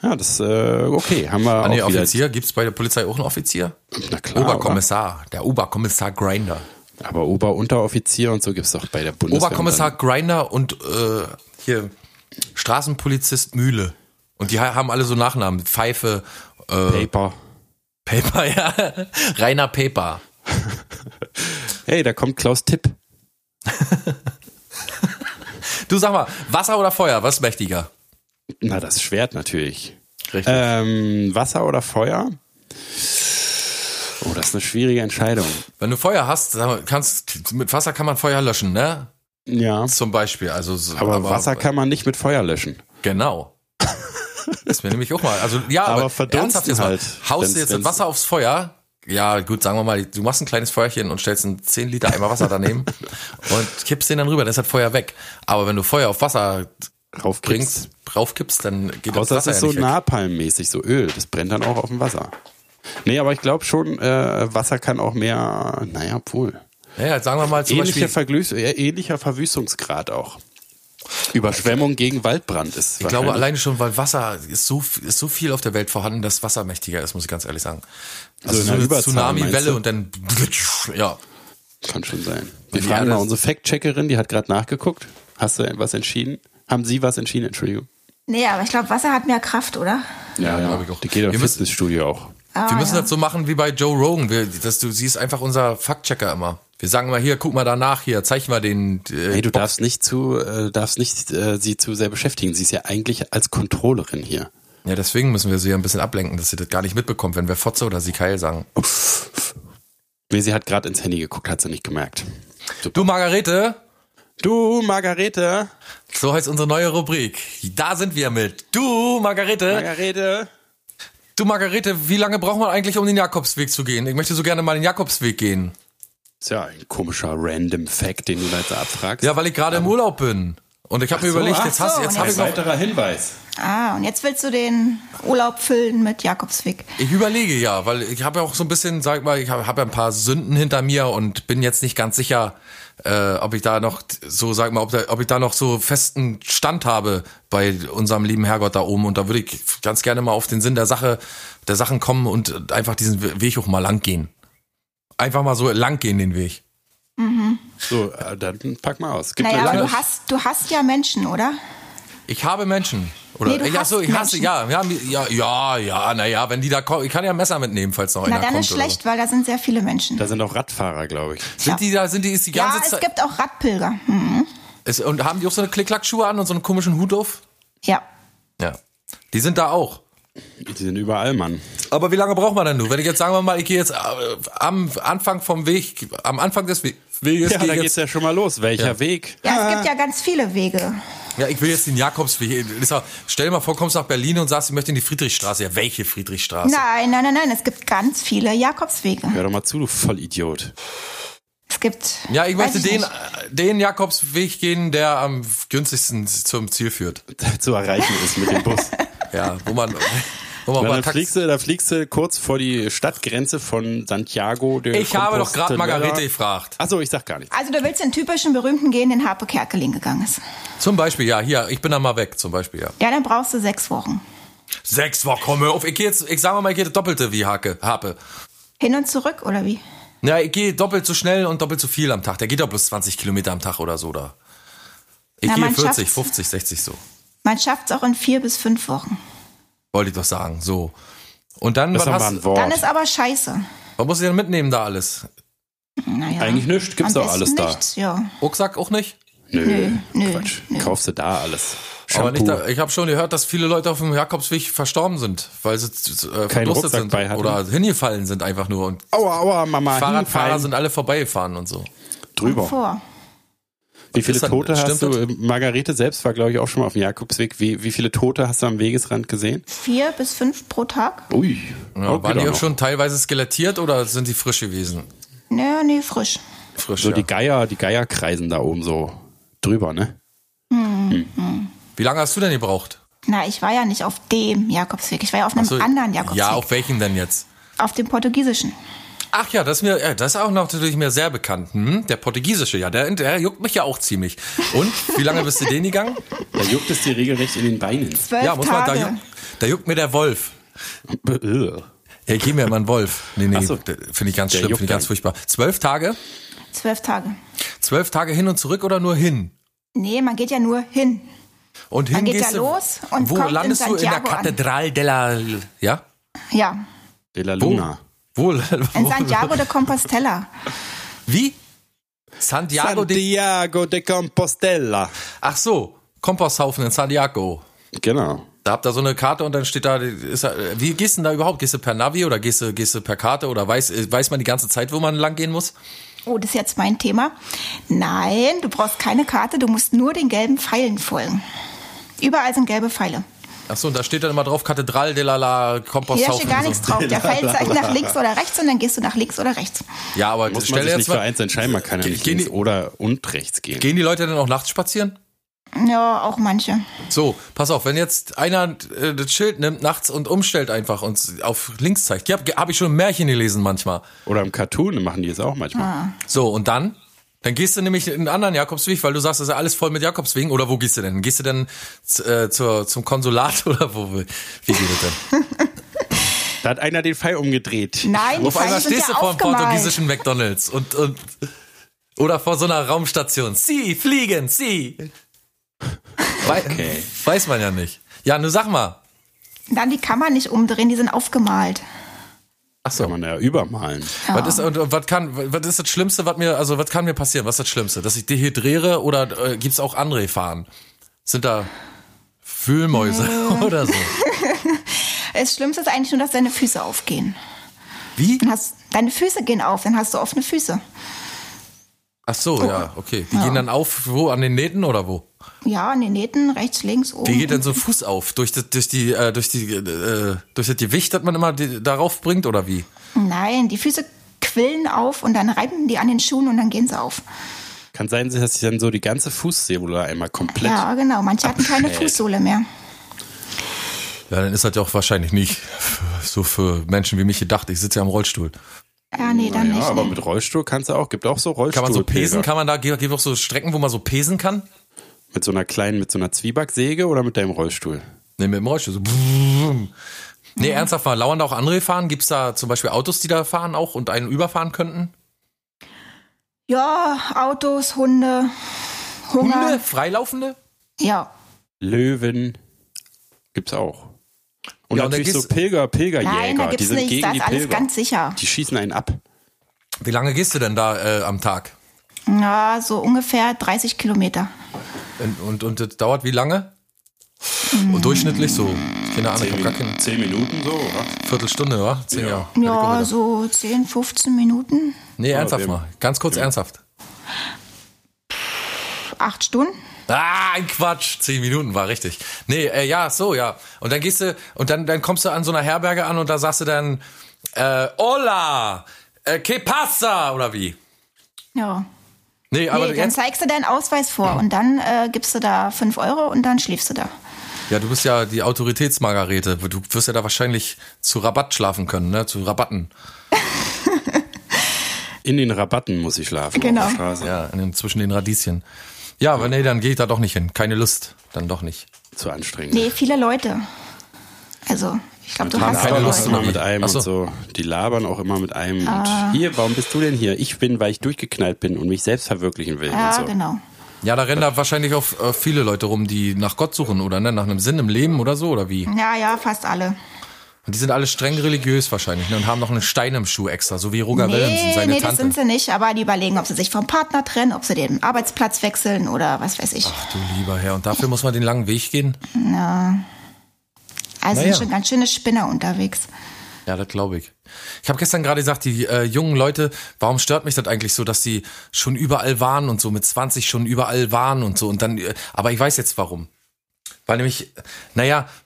S5: Ja, das äh, okay. Haben wir
S4: Ah,
S5: auch
S4: nee,
S5: wieder.
S4: Offizier, gibt es bei der Polizei auch einen Offizier?
S5: Na klar.
S4: Oberkommissar, der Oberkommissar Grinder.
S5: oder? Aber Ober-, Unteroffizier und so gibt's doch bei der Bundeswehr.
S4: Oberkommissar Grinder und äh, hier Straßenpolizist Mühle. Und die ha- haben alle so Nachnamen. Pfeife, äh,
S5: Und dann Paper.
S4: Paper, [laughs] ja. Rainer Paper.
S5: Hey, da kommt Klaus Tipp.
S4: Du sag mal, Wasser oder Feuer, was ist mächtiger?
S5: Na, das Schwert natürlich.
S4: Richtig.
S5: Ähm, Wasser oder Feuer? Oh, das ist eine schwierige Entscheidung.
S4: Wenn du Feuer hast, sag mal, kannst, mit Wasser kann man Feuer löschen, ne?
S5: Ja.
S4: Zum Beispiel. Also, so-
S5: Aber, Wasser kann man nicht mit Feuer löschen.
S4: Genau. ist mir nämlich auch mal. Also ja,
S5: Aber
S4: aber,
S5: verdunsten
S4: ernsthaft jetzt mal.
S5: halt,
S4: Haust
S5: wenn's-
S4: du jetzt
S5: wenn's-
S4: das Wasser aufs Feuer? Ja, gut, sagen wir mal, du machst ein kleines Feuerchen und stellst einen 10 Liter Eimer Wasser
S5: [laughs]
S4: daneben und kippst den dann rüber, dann ist das Feuer weg. Aber wenn du Feuer auf Wasser
S5: Raufkippst.
S4: bringst, raufkippst, dann geht
S5: Außer
S4: das
S5: das
S4: Wasser
S5: ist
S4: ja
S5: so
S4: nicht weg.
S5: napalmmäßig, so Öl. Das brennt dann auch auf dem Wasser. Nee, aber ich glaube schon, äh, Wasser kann auch mehr, naja, obwohl.
S4: Naja, sagen wir mal zum
S5: Ähnlicher,
S4: Beispiel,
S5: Verglüß, äh, ähnlicher Verwüstungsgrad auch. Überschwemmung gegen Waldbrand ist
S4: ich glaube
S5: wahrscheinlich-
S4: alleine schon, weil Wasser ist so, ist so viel auf der Welt vorhanden, dass Wasser mächtiger ist, muss ich ganz ehrlich sagen. Also
S5: in
S4: so
S5: einer
S4: eine
S5: Überzahl, meinst
S4: Tsunami-Welle
S5: du?
S4: und dann, [laughs] ja,
S5: Kann schon sein. Wir
S4: Ja,
S5: fragen mal
S4: das-
S5: unsere Fact-Checkerin, die hat gerade nachgeguckt. Hast du was entschieden? Haben Sie was entschieden? Entschuldigung.
S6: Nee, aber ich glaube, Wasser hat mehr Kraft, oder?
S5: Ja,
S4: glaub ich auch.
S5: Die geht auf
S4: Wir müssen-
S5: Fitnessstudio auch.
S4: wir müssen das so machen wie bei Joe Rogan. Wir, das, du siehst einfach unser Faktchecker immer. Wir sagen mal hier, guck mal danach hier, zeichnen wir den. Äh,
S5: Hey, du darfst nicht zu, äh, darfst nicht äh, sie zu sehr beschäftigen. Sie ist ja eigentlich als Controllerin hier.
S4: ja, deswegen müssen wir sie ja ein bisschen ablenken, dass sie das gar nicht mitbekommt, wenn wir Fotze oder sie Keil sagen.
S5: Nee, sie hat gerade ins Handy geguckt, hat sie nicht gemerkt.
S4: Du Margarete,
S5: Du, Margarete.
S4: so heißt unsere neue Rubrik. Da sind wir mit. Du Margarete,
S5: Margarete.
S4: du Margarete, wie lange braucht man eigentlich, um den Jakobsweg zu gehen? Ich möchte so gerne mal den Jakobsweg gehen.
S5: Ist ja ein komischer random Fact, den du da jetzt abfragst.
S4: Ja, weil ich gerade im Urlaub bin. Und ich habe mir
S5: so,
S4: überlegt,
S5: Ähm. ach
S4: jetzt, hast,
S6: so,
S4: jetzt
S6: und
S4: habe
S5: ein
S4: ich noch
S5: weiterer Hinweis.
S6: Ah, und jetzt willst du den Urlaub füllen mit Jakobsweg.
S4: Ich überlege ja, weil ich habe ja auch so ein bisschen, sag mal, ich habe hab ja ein paar Sünden hinter mir und bin jetzt nicht ganz sicher, äh, ob ich da noch t- so, sag mal, ob, da, ob ich da noch so festen Stand habe bei unserem lieben Herrgott da oben. Und da würde ich ganz gerne mal auf den Sinn der Sache, der Sachen kommen und einfach diesen Weg auch mal lang gehen. Einfach mal so lang gehen den Weg.
S5: So, äh, dann pack mal aus. Gib
S6: Naja,
S5: mir
S6: aber
S5: lange-
S6: du hast, du hast ja Menschen, oder?
S4: Ich habe Menschen. Oder
S6: Nee, du
S4: ich, ach so,
S6: hast
S4: ich hasse,
S6: Menschen.
S4: ja, ja, ja, ja, ja, naja, wenn die da kommen, ich kann ja ein Messer mitnehmen, falls noch
S6: Na,
S4: einer
S6: dann
S4: kommt.
S6: ist
S4: oder
S6: schlecht, weil da sind sehr viele Menschen.
S5: Da sind auch Radfahrer, glaube ich.
S4: So. Sind die da, sind die, ist die ganze
S6: Ja,
S4: Zeit.
S6: es gibt auch Radpilger. Mhm.
S4: Ist, und haben die auch so eine Klick-Klack-Schuhe an und so einen komischen Hut auf?
S6: Ja.
S4: Ja. Die sind da auch.
S5: Die sind überall, Mann.
S4: Aber wie lange braucht man denn nur? Wenn ich jetzt sagen wir mal, ich gehe jetzt äh, am Anfang vom Weg, am Anfang des We- Weges,
S5: Ja,
S4: gehe
S5: da
S4: ich
S5: geht's
S4: jetzt,
S5: ja schon mal los. Welcher Weg?
S6: Ja, es gibt ja ganz viele Wege.
S4: ja, ich will jetzt den Jakobsweg. Ist ja- Stell dir mal vor, kommst nach Berlin und sagst, ich möchte in die Friedrichstraße. Ja, welche Friedrichstraße?
S6: Nein, nein, nein, nein, es gibt ganz viele Jakobswege.
S5: Hör doch mal zu, du Vollidiot. [laughs]
S6: Es gibt.
S4: Ja, ich
S6: weiß
S4: möchte den,
S6: nicht.
S4: äh, den Jakobsweg gehen, der am günstigsten zum Ziel führt.
S5: Zu erreichen ist mit dem Bus.
S4: Ja, wo man, wo man
S5: Na,
S4: mal
S5: dann,
S4: Tax-
S5: fliegst du, dann fliegst du kurz vor die Stadtgrenze von Santiago. de
S4: Ich habe doch gerade
S5: Compostela.
S4: Margarete gefragt.
S5: Achso, ich sag gar nichts.
S6: Also, du willst den typischen berühmten gehen, den Harpe Kerkeling gegangen ist.
S4: Zum Beispiel, ja, hier, ich bin da mal weg, zum Beispiel, ja.
S6: Ja, dann brauchst du sechs Wochen.
S4: Sechs Wochen, komm hör auf. Ich, geh jetzt, ich sage mal, ich gehe das Doppelte wie Hake, Hape.
S6: Hin und zurück, oder wie?
S4: Na, ich gehe doppelt so schnell und doppelt so viel am Tag. Der geht doch bloß 20 Kilometer am Tag oder so da. Ich
S6: Na,
S4: gehe
S6: man
S4: 40,
S6: schafft's.
S4: 50, 60 so.
S6: Man schafft es auch in vier bis fünf Wochen.
S4: Wollte ich doch sagen, so. Und dann,
S5: Das
S4: was,
S5: ist aber
S4: hast,
S5: ein Wort.
S6: Dann ist aber scheiße.
S4: was muss ich denn mitnehmen da alles?
S6: Naja.
S5: Eigentlich nichts, gibt's
S6: Am
S5: doch alles
S6: besten
S5: da.
S6: Nichts, ja.
S4: Rucksack auch nicht?
S5: nö,
S6: nö,
S5: Quatsch.
S6: nö.
S5: Kaufst du da alles.
S4: Aber nicht
S5: Shampoo.
S4: da, ich habe schon gehört, dass viele Leute auf dem Jakobsweg verstorben sind, weil sie äh, verdurstet
S5: Rucksack
S4: sind
S5: bei hatten.
S4: oder hingefallen sind einfach nur. Und
S5: Aua, aua, Mama.
S4: Fahrradfahrer
S5: hingefallen.
S4: sind alle vorbeigefahren und so.
S5: drüber.
S6: Vor.
S5: Wie viele
S4: Ist das-
S5: Tote hast
S4: stimmt
S5: du? Äh, Margarete selbst war, glaube ich, auch schon mal auf dem Jakobsweg. Wie, wie viele Tote hast du am Wegesrand gesehen?
S6: Vier bis fünf pro Tag?
S4: Oh.
S5: Ui.
S4: Ja, waren die auch schon teilweise skelettiert oder sind die frisch gewesen?
S6: Nö, nee, frisch.
S4: frisch.
S5: So
S4: ja.
S5: die Geier, die Geier kreisen da oben so drüber, ne?
S4: Wie lange hast du denn gebraucht?
S6: Na, ich war ja nicht auf dem Jakobsweg. Ich war ja auf einem
S4: So,
S6: anderen Jakobsweg.
S4: ja, auf welchen denn jetzt?
S6: auf dem portugiesischen.
S4: Ach ja, das ist mir, äh, das ist auch noch natürlich mir sehr bekannt. Hm? Der portugiesische, ja, der, der juckt mich ja auch ziemlich. Und wie lange bist du den gegangen?
S5: Da juckt es dir regelrecht in den Beinen.
S6: [laughs] Zwölf
S4: ja,
S6: Tage.
S4: da, juckt, da juckt mir der Wolf.
S5: äh,
S4: Ja, geh mir immer einen Wolf. Nee, nee,
S5: Ach so.
S4: d- finde ich ganz
S5: Der
S4: schlimm,
S5: juckt
S4: finde ich ganz
S5: einen.
S4: furchtbar. Zwölf Tage?
S6: Zwölf Tage.
S4: Zwölf Tage hin und zurück oder nur hin?
S6: Nee, man geht ja nur hin.
S4: Und hin
S6: Man geht
S4: gehst
S6: ja
S4: du,
S6: los und
S4: Wo
S6: kommt in
S4: landest du in der
S6: Santiago an.
S4: Kathedrale della... Ja?
S6: Ja.
S5: De la
S4: Wo?
S5: Luna.
S4: Wo? [laughs]
S6: In
S4: wo-
S6: Santiago de Compostela.
S4: Wie? Santiago de...
S5: Santiago de Compostela.
S4: Ach so, Komposthaufen in Santiago.
S5: Genau.
S4: Da habt ihr so eine Karte und dann steht da, ist da wie gehst du denn da überhaupt? Gehst du per Navi oder gehst du, gehst du per Karte oder weiß, äh, weiß man die ganze Zeit, wo man lang gehen muss?
S6: Oh, das ist jetzt mein Thema. Nein, du brauchst keine Karte, du musst nur den gelben Pfeilen folgen. Überall sind gelbe Pfeile.
S4: Ach so, und da steht dann immer drauf, Kathedrale de la la
S6: Hier
S4: Komposthaufen.
S6: steht gar
S4: und
S6: nichts
S4: so.
S6: drauf.
S4: [laughs]
S6: Der Pfeil zeigt nach links oder rechts und dann gehst du nach links oder rechts.
S4: Ja, aber
S5: Muss
S4: stell dir
S5: man sich
S4: jetzt
S5: nicht
S4: mal,
S5: vereint sein. Scheinbar kann er
S4: Ge-
S5: nicht
S4: gehen
S5: links
S4: die-
S5: oder und rechts gehen.
S4: gehen die Leute dann auch nachts spazieren?
S6: Ja, auch manche.
S4: So, pass auf, wenn jetzt einer äh, das Schild nimmt nachts und umstellt einfach und auf links zeigt. Ja, habe hab ich schon im Märchen gelesen manchmal.
S5: Oder im Cartoon machen die es auch
S6: Ah.
S5: manchmal.
S4: So, und dann? Dann gehst du nämlich in einen anderen Jakobsweg, weil du sagst, das ist ja alles voll mit Jakobswegen. Oder wo gehst du denn? Gehst du denn z- äh, zur, zum Konsulat [laughs] oder wo? Wie geht das
S6: [laughs]
S4: denn?
S5: Da hat einer den Pfeil umgedreht.
S6: Nein, die
S4: Auf einmal
S6: Pfeile sind
S4: stehst
S6: ja
S4: du vor einem
S6: aufgemalt.
S4: portugiesischen McDonalds und, und oder vor so einer Raumstation. Sie fliegen, sie. Wei-
S5: Okay.
S4: Weiß man ja nicht. Ja, nur sag mal.
S6: Dann die kann man nicht umdrehen, die sind aufgemalt.
S5: Ach so. Kann man ja übermalen.
S4: Was ist und, und was kann was ist das Schlimmste, was mir also was kann mir passieren? Was ist das Schlimmste, dass ich dehydriere oder äh, gibt's auch andere Gefahren? Sind da Wühlmäuse [laughs] oder so?
S6: Das Schlimmste ist eigentlich nur, dass deine Füße aufgehen.
S4: Wie?
S6: Dann hast, deine Füße gehen auf, dann hast du offene Füße.
S4: Ach so, ja, okay. Die gehen dann auf wo an den Nähten oder wo?
S6: Ja, an den Nähten, rechts, links, oben.
S4: Wie geht denn so ein Fuß auf durch das durch die äh, durch die äh, durch das Gewicht, das man immer die, darauf bringt oder wie?
S6: Nein, die Füße quillen auf und dann reiben die an den Schuhen und dann gehen sie auf.
S5: Kann sein, dass sich dann so die ganze Fußsäule einmal komplett.
S6: Ja, genau. Manche hatten keine
S5: Abschält.
S6: Fußsohle mehr.
S4: Ja, dann ist das ja auch wahrscheinlich nicht so für Menschen wie mich gedacht. Ich sitze ja im Rollstuhl.
S6: Ja, nee, dann
S5: ja,
S6: nicht.
S5: aber
S6: nee.
S5: mit Rollstuhl kannst du auch. Gibt auch so Rollstuhl.
S4: Kann man so pesen? Kann man da gibt es auch so Strecken, wo man so pesen kann?
S5: Mit so einer kleinen, mit so einer Zwiebacksäge oder mit deinem Rollstuhl?
S4: Nee, mit dem Rollstuhl. So. brrrm. Nee, ernsthaft mal, lauern da auch andere fahren? Gibt es da zum Beispiel Autos, die da fahren auch und einen überfahren könnten?
S6: Ja, Autos, Hunde, Hunger.
S4: Hunde? Freilaufende?
S6: Ja.
S5: Löwen gibt's auch. Und
S4: Ja, und dann
S5: natürlich so
S4: gehst-
S5: Pilger, Pilgerjäger.
S6: Nein, da
S5: die
S6: gibt's
S5: sind
S6: nichts.
S5: gegen
S6: Da
S5: die
S6: ist
S5: Pilger.
S6: alles ganz sicher.
S5: Die schießen einen ab.
S4: Wie lange gehst du denn da äh, am Tag?
S6: Ja, so ungefähr 30 Kilometer.
S4: Und, und, und das dauert wie lange? Und durchschnittlich so, keine Ahnung, ich hab gar keine
S5: Zehn Minuten so, oder?
S4: Viertelstunde, oder? Zehn Jahre.
S6: Ja, so 10, 15 Minuten,
S4: Nee, ernsthaft
S5: eben.
S4: mal, ganz kurz ernsthaft.
S6: acht Stunden.
S4: Ah, ein Quatsch. Zehn Minuten war richtig. Nee, äh, ja, so, ja. Und dann gehst du, und dann, dann kommst du an so einer Herberge an und da sagst du dann, äh, hola, äh, que pasa, oder wie?
S6: Ja.
S4: Nee, aber
S6: nee, dann
S4: jetzt,
S6: zeigst du deinen Ausweis vor und dann äh, gibst du da 5 Euro und dann schläfst du da.
S4: ja, du bist ja die Autoritätsmargarete. Du wirst ja da wahrscheinlich zu Rabatt schlafen können, ne? Zu Rabatten.
S5: In den Rabatten muss ich schlafen.
S6: Genau.
S5: Auf der Straße.
S4: Ja, in den, zwischen den Radieschen. Ja, aber nee, dann gehe ich da doch nicht hin. Keine Lust. Dann doch nicht.
S5: Zu anstrengend.
S6: Nee, viele Leute. Also, ich glaube, du
S5: Die
S4: haben
S6: hast
S4: keine
S5: labern
S6: viele
S4: Lust
S5: auch
S6: Leute.
S5: immer mit einem
S4: Ach so.
S5: und so. Die labern auch immer mit einem.
S6: Ah.
S5: Und hier, warum bist du denn hier? Ich bin, weil ich durchgeknallt bin und mich selbst verwirklichen will.
S6: Ja,
S5: und so.
S6: genau.
S4: Ja, da rennen da wahrscheinlich auch äh, viele Leute rum, die nach Gott suchen oder ne? nach einem Sinn im Leben oder so, oder wie?
S6: Ja, ja, fast alle.
S4: Und die sind alle streng religiös wahrscheinlich ne? und haben noch einen Stein im Schuh extra, so wie Roger Williams und
S6: Nee,
S4: seine
S6: nee, das
S4: Tante.
S6: sind sie nicht, aber die überlegen, ob sie sich vom Partner trennen, ob sie den Arbeitsplatz wechseln oder was weiß ich.
S4: Ach du lieber Herr, und dafür muss man den langen Weg gehen?
S6: Also
S4: naja.
S6: sind schon ganz schöne Spinner unterwegs.
S4: Ja, das glaube ich. Ich habe gestern gerade gesagt, die äh, jungen Leute, warum stört mich das eigentlich so, dass die schon überall waren und so mit 20 schon überall waren und so und dann, äh, aber ich weiß jetzt warum. Weil nämlich, naja, [clears throat]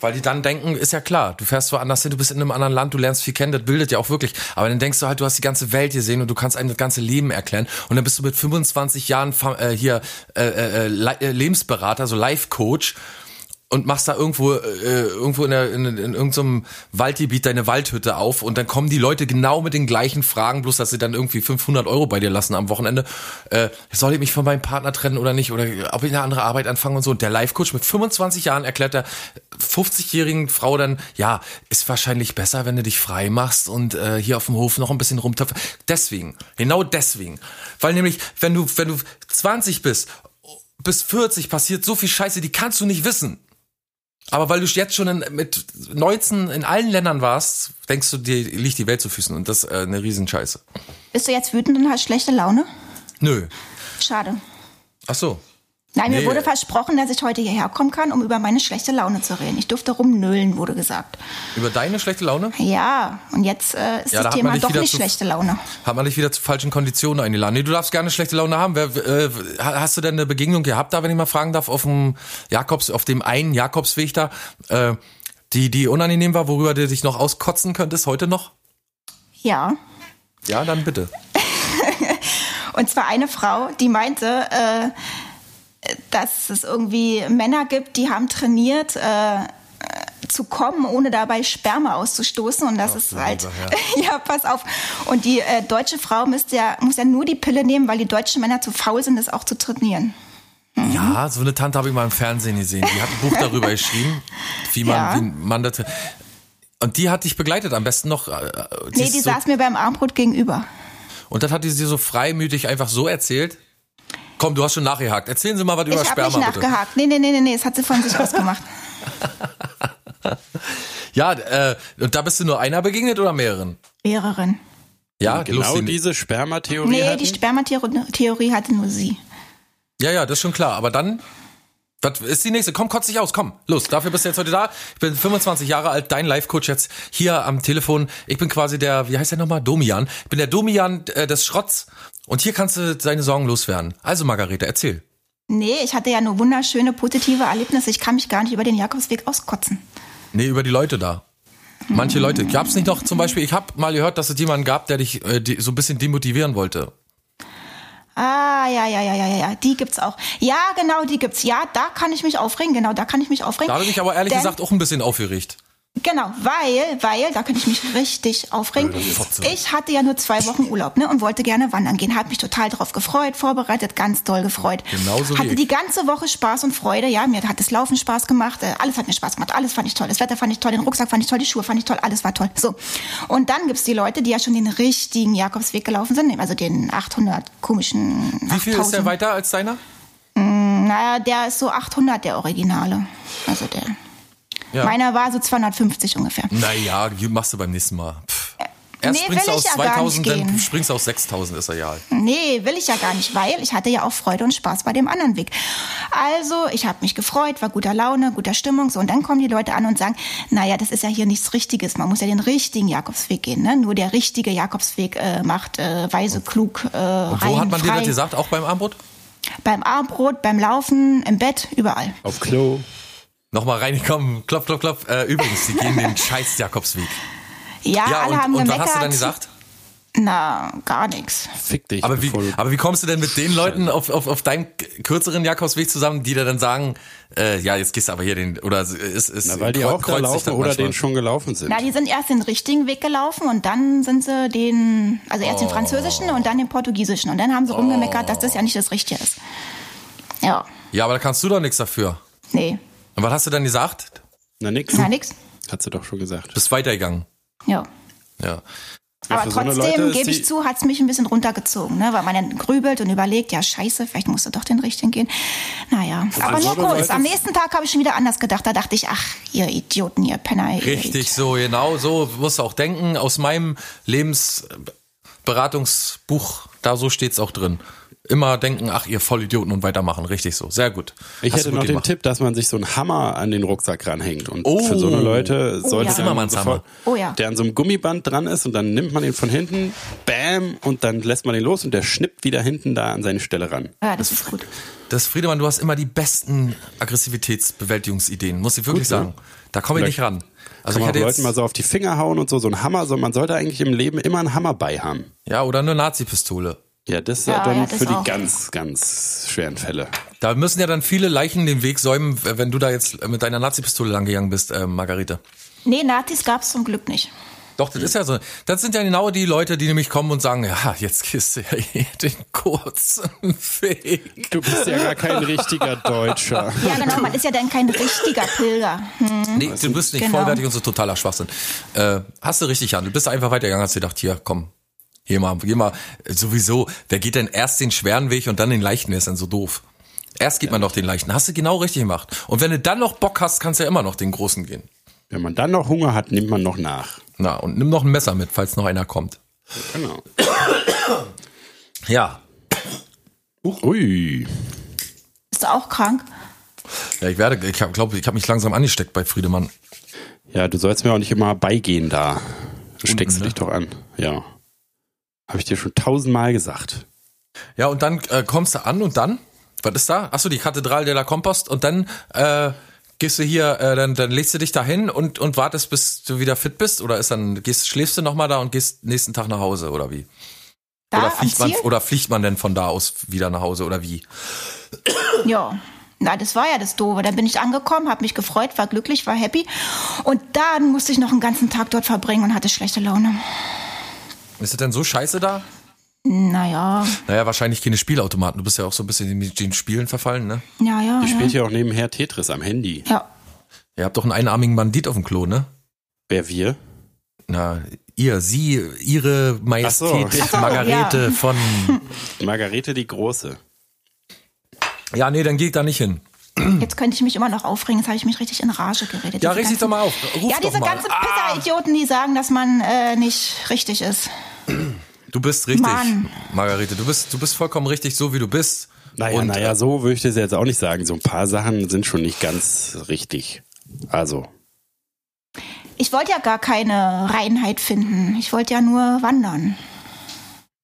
S4: Weil die dann denken, ist ja klar, du fährst woanders hin, du bist in einem anderen Land, du lernst viel kennen, das bildet ja auch wirklich. Aber dann denkst du halt, du hast die ganze Welt gesehen und du kannst einem das ganze Leben erklären. Und dann bist du mit 25 Jahren fa- äh, hier äh, äh, Le- äh, Lebensberater, so Life-Coach und machst da irgendwo äh, irgendwo in, der, in, in irgendeinem Waldgebiet deine Waldhütte auf und dann kommen die Leute genau mit den gleichen Fragen, bloß dass sie dann irgendwie 500 Euro bei dir lassen am Wochenende. Äh, soll ich mich von meinem Partner trennen oder nicht? Oder ob ich eine andere Arbeit anfange und so. Und der Life-Coach mit 25 Jahren erklärt der 50-jährigen Frau dann, ja, ist wahrscheinlich besser, wenn du dich frei machst und äh, hier auf dem Hof noch ein bisschen rumtöpfen. Deswegen, genau deswegen. Weil nämlich, wenn du, wenn du 20 bist, bis 40 passiert so viel Scheiße, die kannst du nicht wissen. Aber weil du jetzt schon in, mit 19 in allen Ländern warst, denkst du, dir liegt die Welt zu Füßen und das äh, eine Riesenscheiße.
S6: Bist du jetzt wütend und hast schlechte Laune?
S4: Nö.
S6: Schade.
S4: Ach so.
S6: Nein,
S4: Nee.
S6: mir wurde versprochen, dass ich heute hierher kommen kann, um über meine schlechte Laune zu reden. Ich durfte rumnölen, wurde gesagt.
S4: Über deine schlechte Laune?
S6: Ja, und jetzt äh, ist
S4: Ja, da hat
S6: das
S4: man
S6: Thema
S4: dich
S6: doch
S4: wieder
S6: nicht
S4: zu-
S6: schlechte Laune.
S4: Hat man dich wieder zu falschen Konditionen eingeladen? Nee, du darfst gerne schlechte Laune haben. Wer, äh, hast du denn eine Begegnung gehabt, da, wenn ich mal fragen darf, auf dem Jakobs, auf dem einen Jakobsweg da, äh, die, die unangenehm war, worüber du dich noch auskotzen könntest, heute noch?
S6: Ja.
S4: Ja, dann bitte.
S6: Und zwar eine Frau, die meinte, äh, dass es irgendwie Männer gibt, die haben trainiert, äh, zu kommen, ohne dabei Sperma auszustoßen. Und das ist
S4: du
S6: halt,
S4: lieber
S6: [laughs] ja. pass auf. Und die äh, deutsche Frau müsste ja, muss ja nur die Pille nehmen, weil die deutschen Männer zu faul sind, das auch zu trainieren. Mhm.
S4: Ja, so eine Tante habe ich mal im Fernsehen gesehen. Die hat ein Buch
S6: [laughs]
S4: darüber geschrieben, wie man,
S6: Ja.
S4: wie man das. Und die hat dich begleitet, am besten noch. Äh, die
S6: Nee,
S4: ist
S6: die
S4: so,
S6: saß mir beim Armbrot gegenüber.
S4: und das hat die sie so freimütig einfach so erzählt. Komm, du hast schon nachgehakt. Erzählen Sie mal was über
S6: ich habe nicht
S4: Sperma, bitte.
S6: nachgehakt. Nee, nee, nee, nee, nee, das hat sie von
S4: [laughs]
S6: sich aus gemacht.
S4: Ja, äh, und da bist du nur einer begegnet oder mehreren?
S6: Lehrerin.
S4: Ja,
S5: Genau
S4: Lucy-
S5: diese Spermatheorie
S6: Nee,
S5: hatten?
S6: die Spermatheorie hatte nur sie.
S4: Ja, ja, das ist schon klar. Aber dann, was ist die nächste? Komm, kotz dich aus, komm, los. Dafür bist du jetzt heute da. Ich bin 25 Jahre alt, dein Life-Coach jetzt hier am Telefon. Ich bin quasi der, wie heißt der nochmal? Domian. Ich bin der Domian äh, des Schrotts. Und hier kannst du deine Sorgen loswerden. Also, Margarete, erzähl.
S6: Nee, ich hatte ja nur wunderschöne, positive Erlebnisse. Ich kann mich gar nicht über den Jakobsweg auskotzen.
S4: Nee, über die Leute da. Manche Leute. Gab's nicht noch zum Beispiel, ich habe mal gehört, dass es jemanden gab, der dich äh, die, so ein bisschen demotivieren wollte.
S6: Ah, ja, ja, ja, ja, ja, ja, die gibt's auch. Ja, genau, die gibt's. Ja, da kann ich mich aufregen, genau, da kann ich mich aufregen.
S4: Da habe ich mich aber ehrlich
S6: Denn-
S4: gesagt auch ein bisschen aufgeregt.
S6: Genau, weil, weil, da kann ich mich richtig aufregen. Ich hatte ja nur zwei Wochen Urlaub, ne, und wollte gerne wandern gehen. Hab mich total drauf gefreut, vorbereitet, ganz doll gefreut.
S4: Genauso wie
S6: hatte
S4: ich.
S6: die ganze Woche Spaß und Freude, ja. Mir hat das Laufen Spaß gemacht, äh, alles hat mir Spaß gemacht, alles fand ich toll. Das Wetter fand ich toll, den Rucksack fand ich toll, die Schuhe fand ich toll, alles war toll. So. Und dann gibt's die Leute, die ja schon den richtigen Jakobsweg gelaufen sind, also den 800 komischen.
S4: Wie viel ist der
S6: 8000.
S4: weiter als deiner?
S6: Naja, der ist so 800, der Originale. Also der.
S4: Ja. Mhm.
S6: Meiner war so 250 ungefähr.
S4: Naja, die machst du beim nächsten Mal. Pff. Erst
S6: Äh, Nee,
S4: springst du
S6: will
S4: aus
S6: ich ja gar nicht
S4: 2000, dann
S6: gehen.
S4: springst du aus 6000, ist ja egal.
S6: Nee, will ich ja gar nicht, weil ich hatte ja auch Freude und Spaß bei dem anderen Weg. Also, ich habe mich gefreut, war guter Laune, guter Stimmung, so. Und dann kommen die Leute an und sagen, naja, das ist ja hier nichts Richtiges. Man muss ja den richtigen Jakobsweg gehen. Ne? Nur der richtige Jakobsweg äh, macht äh, weise, klug, äh,
S4: Und
S6: rein,
S4: wo hat man dir
S6: frei.
S4: das gesagt? Auch beim Armbrot?
S6: Beim Abendbrot, beim Laufen, im Bett, überall.
S5: Auf Klo.
S4: Nochmal reingekommen, klopf, klopf, klopf. Äh, übrigens, die gehen den scheiß Jakobsweg.
S6: Ja,
S4: Ja,
S6: Ah, alle haben
S4: und, und was
S6: gemeckert.
S4: hast du dann gesagt?
S6: Na, gar nichts.
S5: Fick dich.
S4: Aber wie,
S5: bevor du-
S4: aber wie kommst du denn mit den Leuten auf, auf, auf deinem kürzeren Jakobsweg zusammen, die da dann sagen, äh, ja, jetzt gehst du aber hier den, oder es ist, ist
S5: Na, ne? weil die auch da laufen oder den schon gelaufen sind.
S6: Na, die sind erst den richtigen Weg gelaufen und dann sind sie den, also erst
S5: Oh.
S6: den französischen und dann den portugiesischen. Und dann haben sie rumgemeckert, dass das ja nicht das Richtige ist. Ja,
S4: Ja, aber da kannst du doch nichts dafür.
S6: nee,
S4: Und was hast du dann gesagt?
S5: Na nix.
S6: na nix.
S5: Hat sie doch schon gesagt.
S4: Bist weitergegangen.
S6: Ja.
S4: Ja.
S6: Aber
S5: für so eine Leute
S6: trotzdem
S5: ist
S6: gebe
S5: die-
S6: ich zu, hat's mich ein bisschen runtergezogen, ne? weil man dann grübelt und überlegt, ja scheiße, vielleicht musst du doch den richtigen gehen. Naja, aber nur
S5: andere
S6: kurz.
S5: Also Leute-
S6: Am nächsten Tag habe ich schon wieder anders gedacht. Da dachte ich, ach, ihr Idioten, ihr Penner. ihr
S4: Richtig, so, genau so musst du auch denken. Aus meinem Lebensberatungsbuch Da so steht's auch drin. Immer denken, ach, ihr Vollidioten und weitermachen. Richtig so. Sehr gut.
S5: Ich
S4: Hast du
S5: hätte
S4: gut
S5: noch den
S4: gemacht.
S5: Tipp, dass man sich so einen Hammer an den Rucksack ranhängt. Und
S4: Oh.
S5: für so eine Leute
S6: Oh
S5: sollte
S6: ja.
S5: man
S4: Zimmermannshammer.
S5: sofort,
S6: Oh ja.
S5: der an so einem Gummiband dran ist und dann nimmt man ihn von hinten, bam, und dann lässt man ihn los und der schnippt wieder hinten da an seine Stelle ran.
S6: Ja, das ist gut.
S4: Das Friedemann, du hast immer die besten Aggressivitätsbewältigungsideen, muss ich wirklich
S5: Gut, ne?
S4: sagen. Da komme ich nicht ran. Also ich
S5: Kann man
S4: hätte
S5: auch
S4: jetzt,
S5: Leuten mal so auf die Finger hauen und so, so ein Hammer, so, man sollte eigentlich im Leben immer einen Hammer bei haben.
S4: ja oder eine Nazi-Pistole.
S5: Ja, das ist
S6: Ja,
S5: dann
S6: ja, das
S5: für die
S6: auch.
S5: ganz, ganz schweren Fälle.
S4: Da müssen ja dann viele Leichen den Weg säumen, wenn du da jetzt mit deiner Nazi-Pistole langgegangen bist, äh, Margarete.
S6: Nee, Nazis gab es zum Glück nicht.
S4: Doch, das ist ja so. Das sind ja genau die Leute, die nämlich kommen und sagen, ja, jetzt gehst du ja hier [laughs] den kurzen Weg.
S5: Du bist ja gar kein richtiger Deutscher.
S6: Ja, genau, man ist ja dann
S5: [laughs]
S6: kein richtiger Pilger. Hm.
S4: Nee, du bist nicht
S6: Genau.
S4: vollwertig und so totaler Schwachsinn. Äh, hast du richtig an. Du bist einfach weitergegangen, hast gedacht, hier, komm, hier mal, geh mal. Äh, Sowieso, wer geht denn erst den schweren Weg und dann den leichten? Wer ist denn so doof? Erst geht man doch den leichten. Hast du genau richtig gemacht. Und wenn du dann noch Bock hast, kannst du ja immer noch den großen gehen.
S5: Wenn man dann noch Hunger hat, nimmt man noch nach.
S4: Na, und nimm noch ein Messer mit, falls noch einer kommt.
S5: Genau.
S4: Ja.
S5: Ui.
S6: Bist du auch krank?
S4: Ja, ich werde, ich glaube, ich habe mich langsam angesteckt bei Friedemann.
S5: Ja, du sollst mir auch nicht immer beigehen da. Du steckst
S4: ne?
S5: dich doch an. Ja. Habe ich dir schon tausendmal gesagt.
S4: Ja, und dann äh, kommst du an und dann, was ist da? Achso, die Kathedrale de la Compost und dann äh, gehst du hier, äh, dann, dann legst du dich dahin und, und wartest, bis du wieder fit bist oder ist dann, gehst, schläfst du nochmal da und gehst nächsten Tag nach Hause oder wie?
S6: Da
S4: oder,
S6: am
S4: fliegt man,
S6: Ziel?
S4: oder fliegt man denn von da aus wieder nach Hause oder wie?
S6: Ja. Na, das war ja das Doofe. Dann bin ich angekommen, habe mich gefreut, war glücklich, war happy. Und dann musste ich noch einen ganzen Tag dort verbringen und hatte schlechte Laune.
S4: Ist es denn so scheiße da?
S6: Naja,
S4: Naja, wahrscheinlich keine Spielautomaten. Du bist ja auch so ein bisschen in den Spielen verfallen, ne?
S6: ja, ja.
S5: Ich
S6: ja.
S5: spielt ja auch nebenher Tetris am Handy.
S6: ja.
S4: Ihr habt doch einen einarmigen Bandit auf dem Klo, ne?
S5: Wer wir?
S4: Na, ihr, sie, ihre Majestät
S5: Ach
S6: so,
S4: Margarete
S6: ja.
S4: von.
S5: Margarete die Große.
S4: Ja, nee, dann geht da nicht hin.
S6: Jetzt könnte ich mich immer noch aufregen. Jetzt habe ich mich richtig in Rage geredet.
S4: Hm. Ja, reg
S6: Diese
S4: dich
S6: ganzen-
S4: doch mal auf. Ah. Ruf
S6: Ja, diese
S4: doch mal.
S6: ganzen Pisser-Idioten, die sagen, dass man äh, nicht richtig ist.
S4: Du bist richtig,
S6: Mann.
S4: Margarete. Du bist, du bist vollkommen richtig, so wie du bist.
S5: Naja,
S4: Und,
S5: naja, so würde ich das jetzt auch nicht sagen. So ein paar Sachen sind schon nicht ganz richtig. Also,
S6: Ich wollte ja gar keine Reinheit finden. Ich wollte ja nur wandern.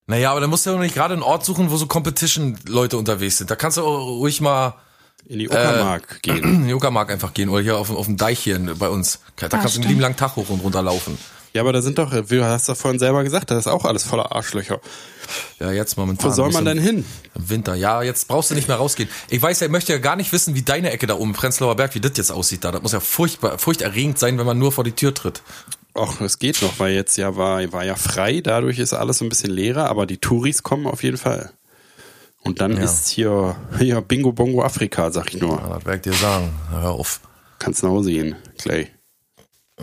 S4: Naja, aber dann musst du ja noch nicht gerade einen Ort suchen, wo so Competition-Leute unterwegs sind. Da kannst du auch ruhig mal [clears throat]
S5: in die Uckermark gehen.
S4: in den Uckermark einfach gehen oder hier auf, auf dem Deich hier bei uns. Da kannst du einen
S6: stimmt.
S4: lieben langen Tag hoch und runter laufen.
S5: Ja, aber da sind doch, äh, du hast doch vorhin selber gesagt, das ist auch alles voller Arschlöcher.
S4: Ja, jetzt
S5: Wo
S4: momentan.
S5: soll
S4: muss
S5: Ah, man
S4: im-
S5: denn hin?
S4: Im Winter, ja, jetzt brauchst du nicht mehr rausgehen. Ich weiß ja, ich möchte ja gar nicht wissen, wie deine Ecke da oben, im Prenzlauer Berg, wie das jetzt aussieht da. Das muss ja furchtbar, furchterregend sein, wenn man nur vor die Tür tritt.
S5: Och, es geht noch, weil jetzt ja war, war ja frei, dadurch ist alles so ein bisschen leerer, aber die Touris kommen auf jeden Fall. Und dann ist hier, hier Bingo Bongo Afrika, sag ich nur.
S4: Ja, das werd ich dir sagen. Hör auf.
S5: Kannst nach Hause gehen, gleich.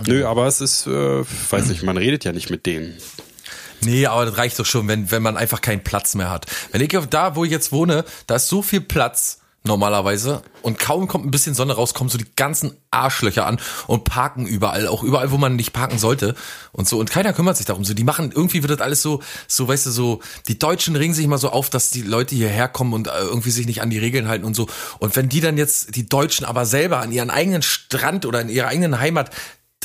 S5: Nö, aber es ist, äh, weiß nicht, man redet ja nicht mit denen.
S4: Nee, aber das reicht doch schon, wenn, wenn man einfach keinen Platz mehr hat. Wenn ich auf da, wo ich jetzt wohne, da ist so viel Platz normalerweise und kaum kommt ein bisschen Sonne raus, kommen so die ganzen Arschlöcher an und parken überall, auch überall, wo man nicht parken sollte und so. Und keiner kümmert sich darum. So, die machen, irgendwie wird das alles so, so, weißt du, so, die Deutschen regen sich immer so auf, dass die Leute hierher kommen und äh, irgendwie sich nicht an die Regeln halten und so. Und wenn die dann jetzt, die Deutschen aber selber an ihren eigenen Strand oder in ihrer eigenen Heimat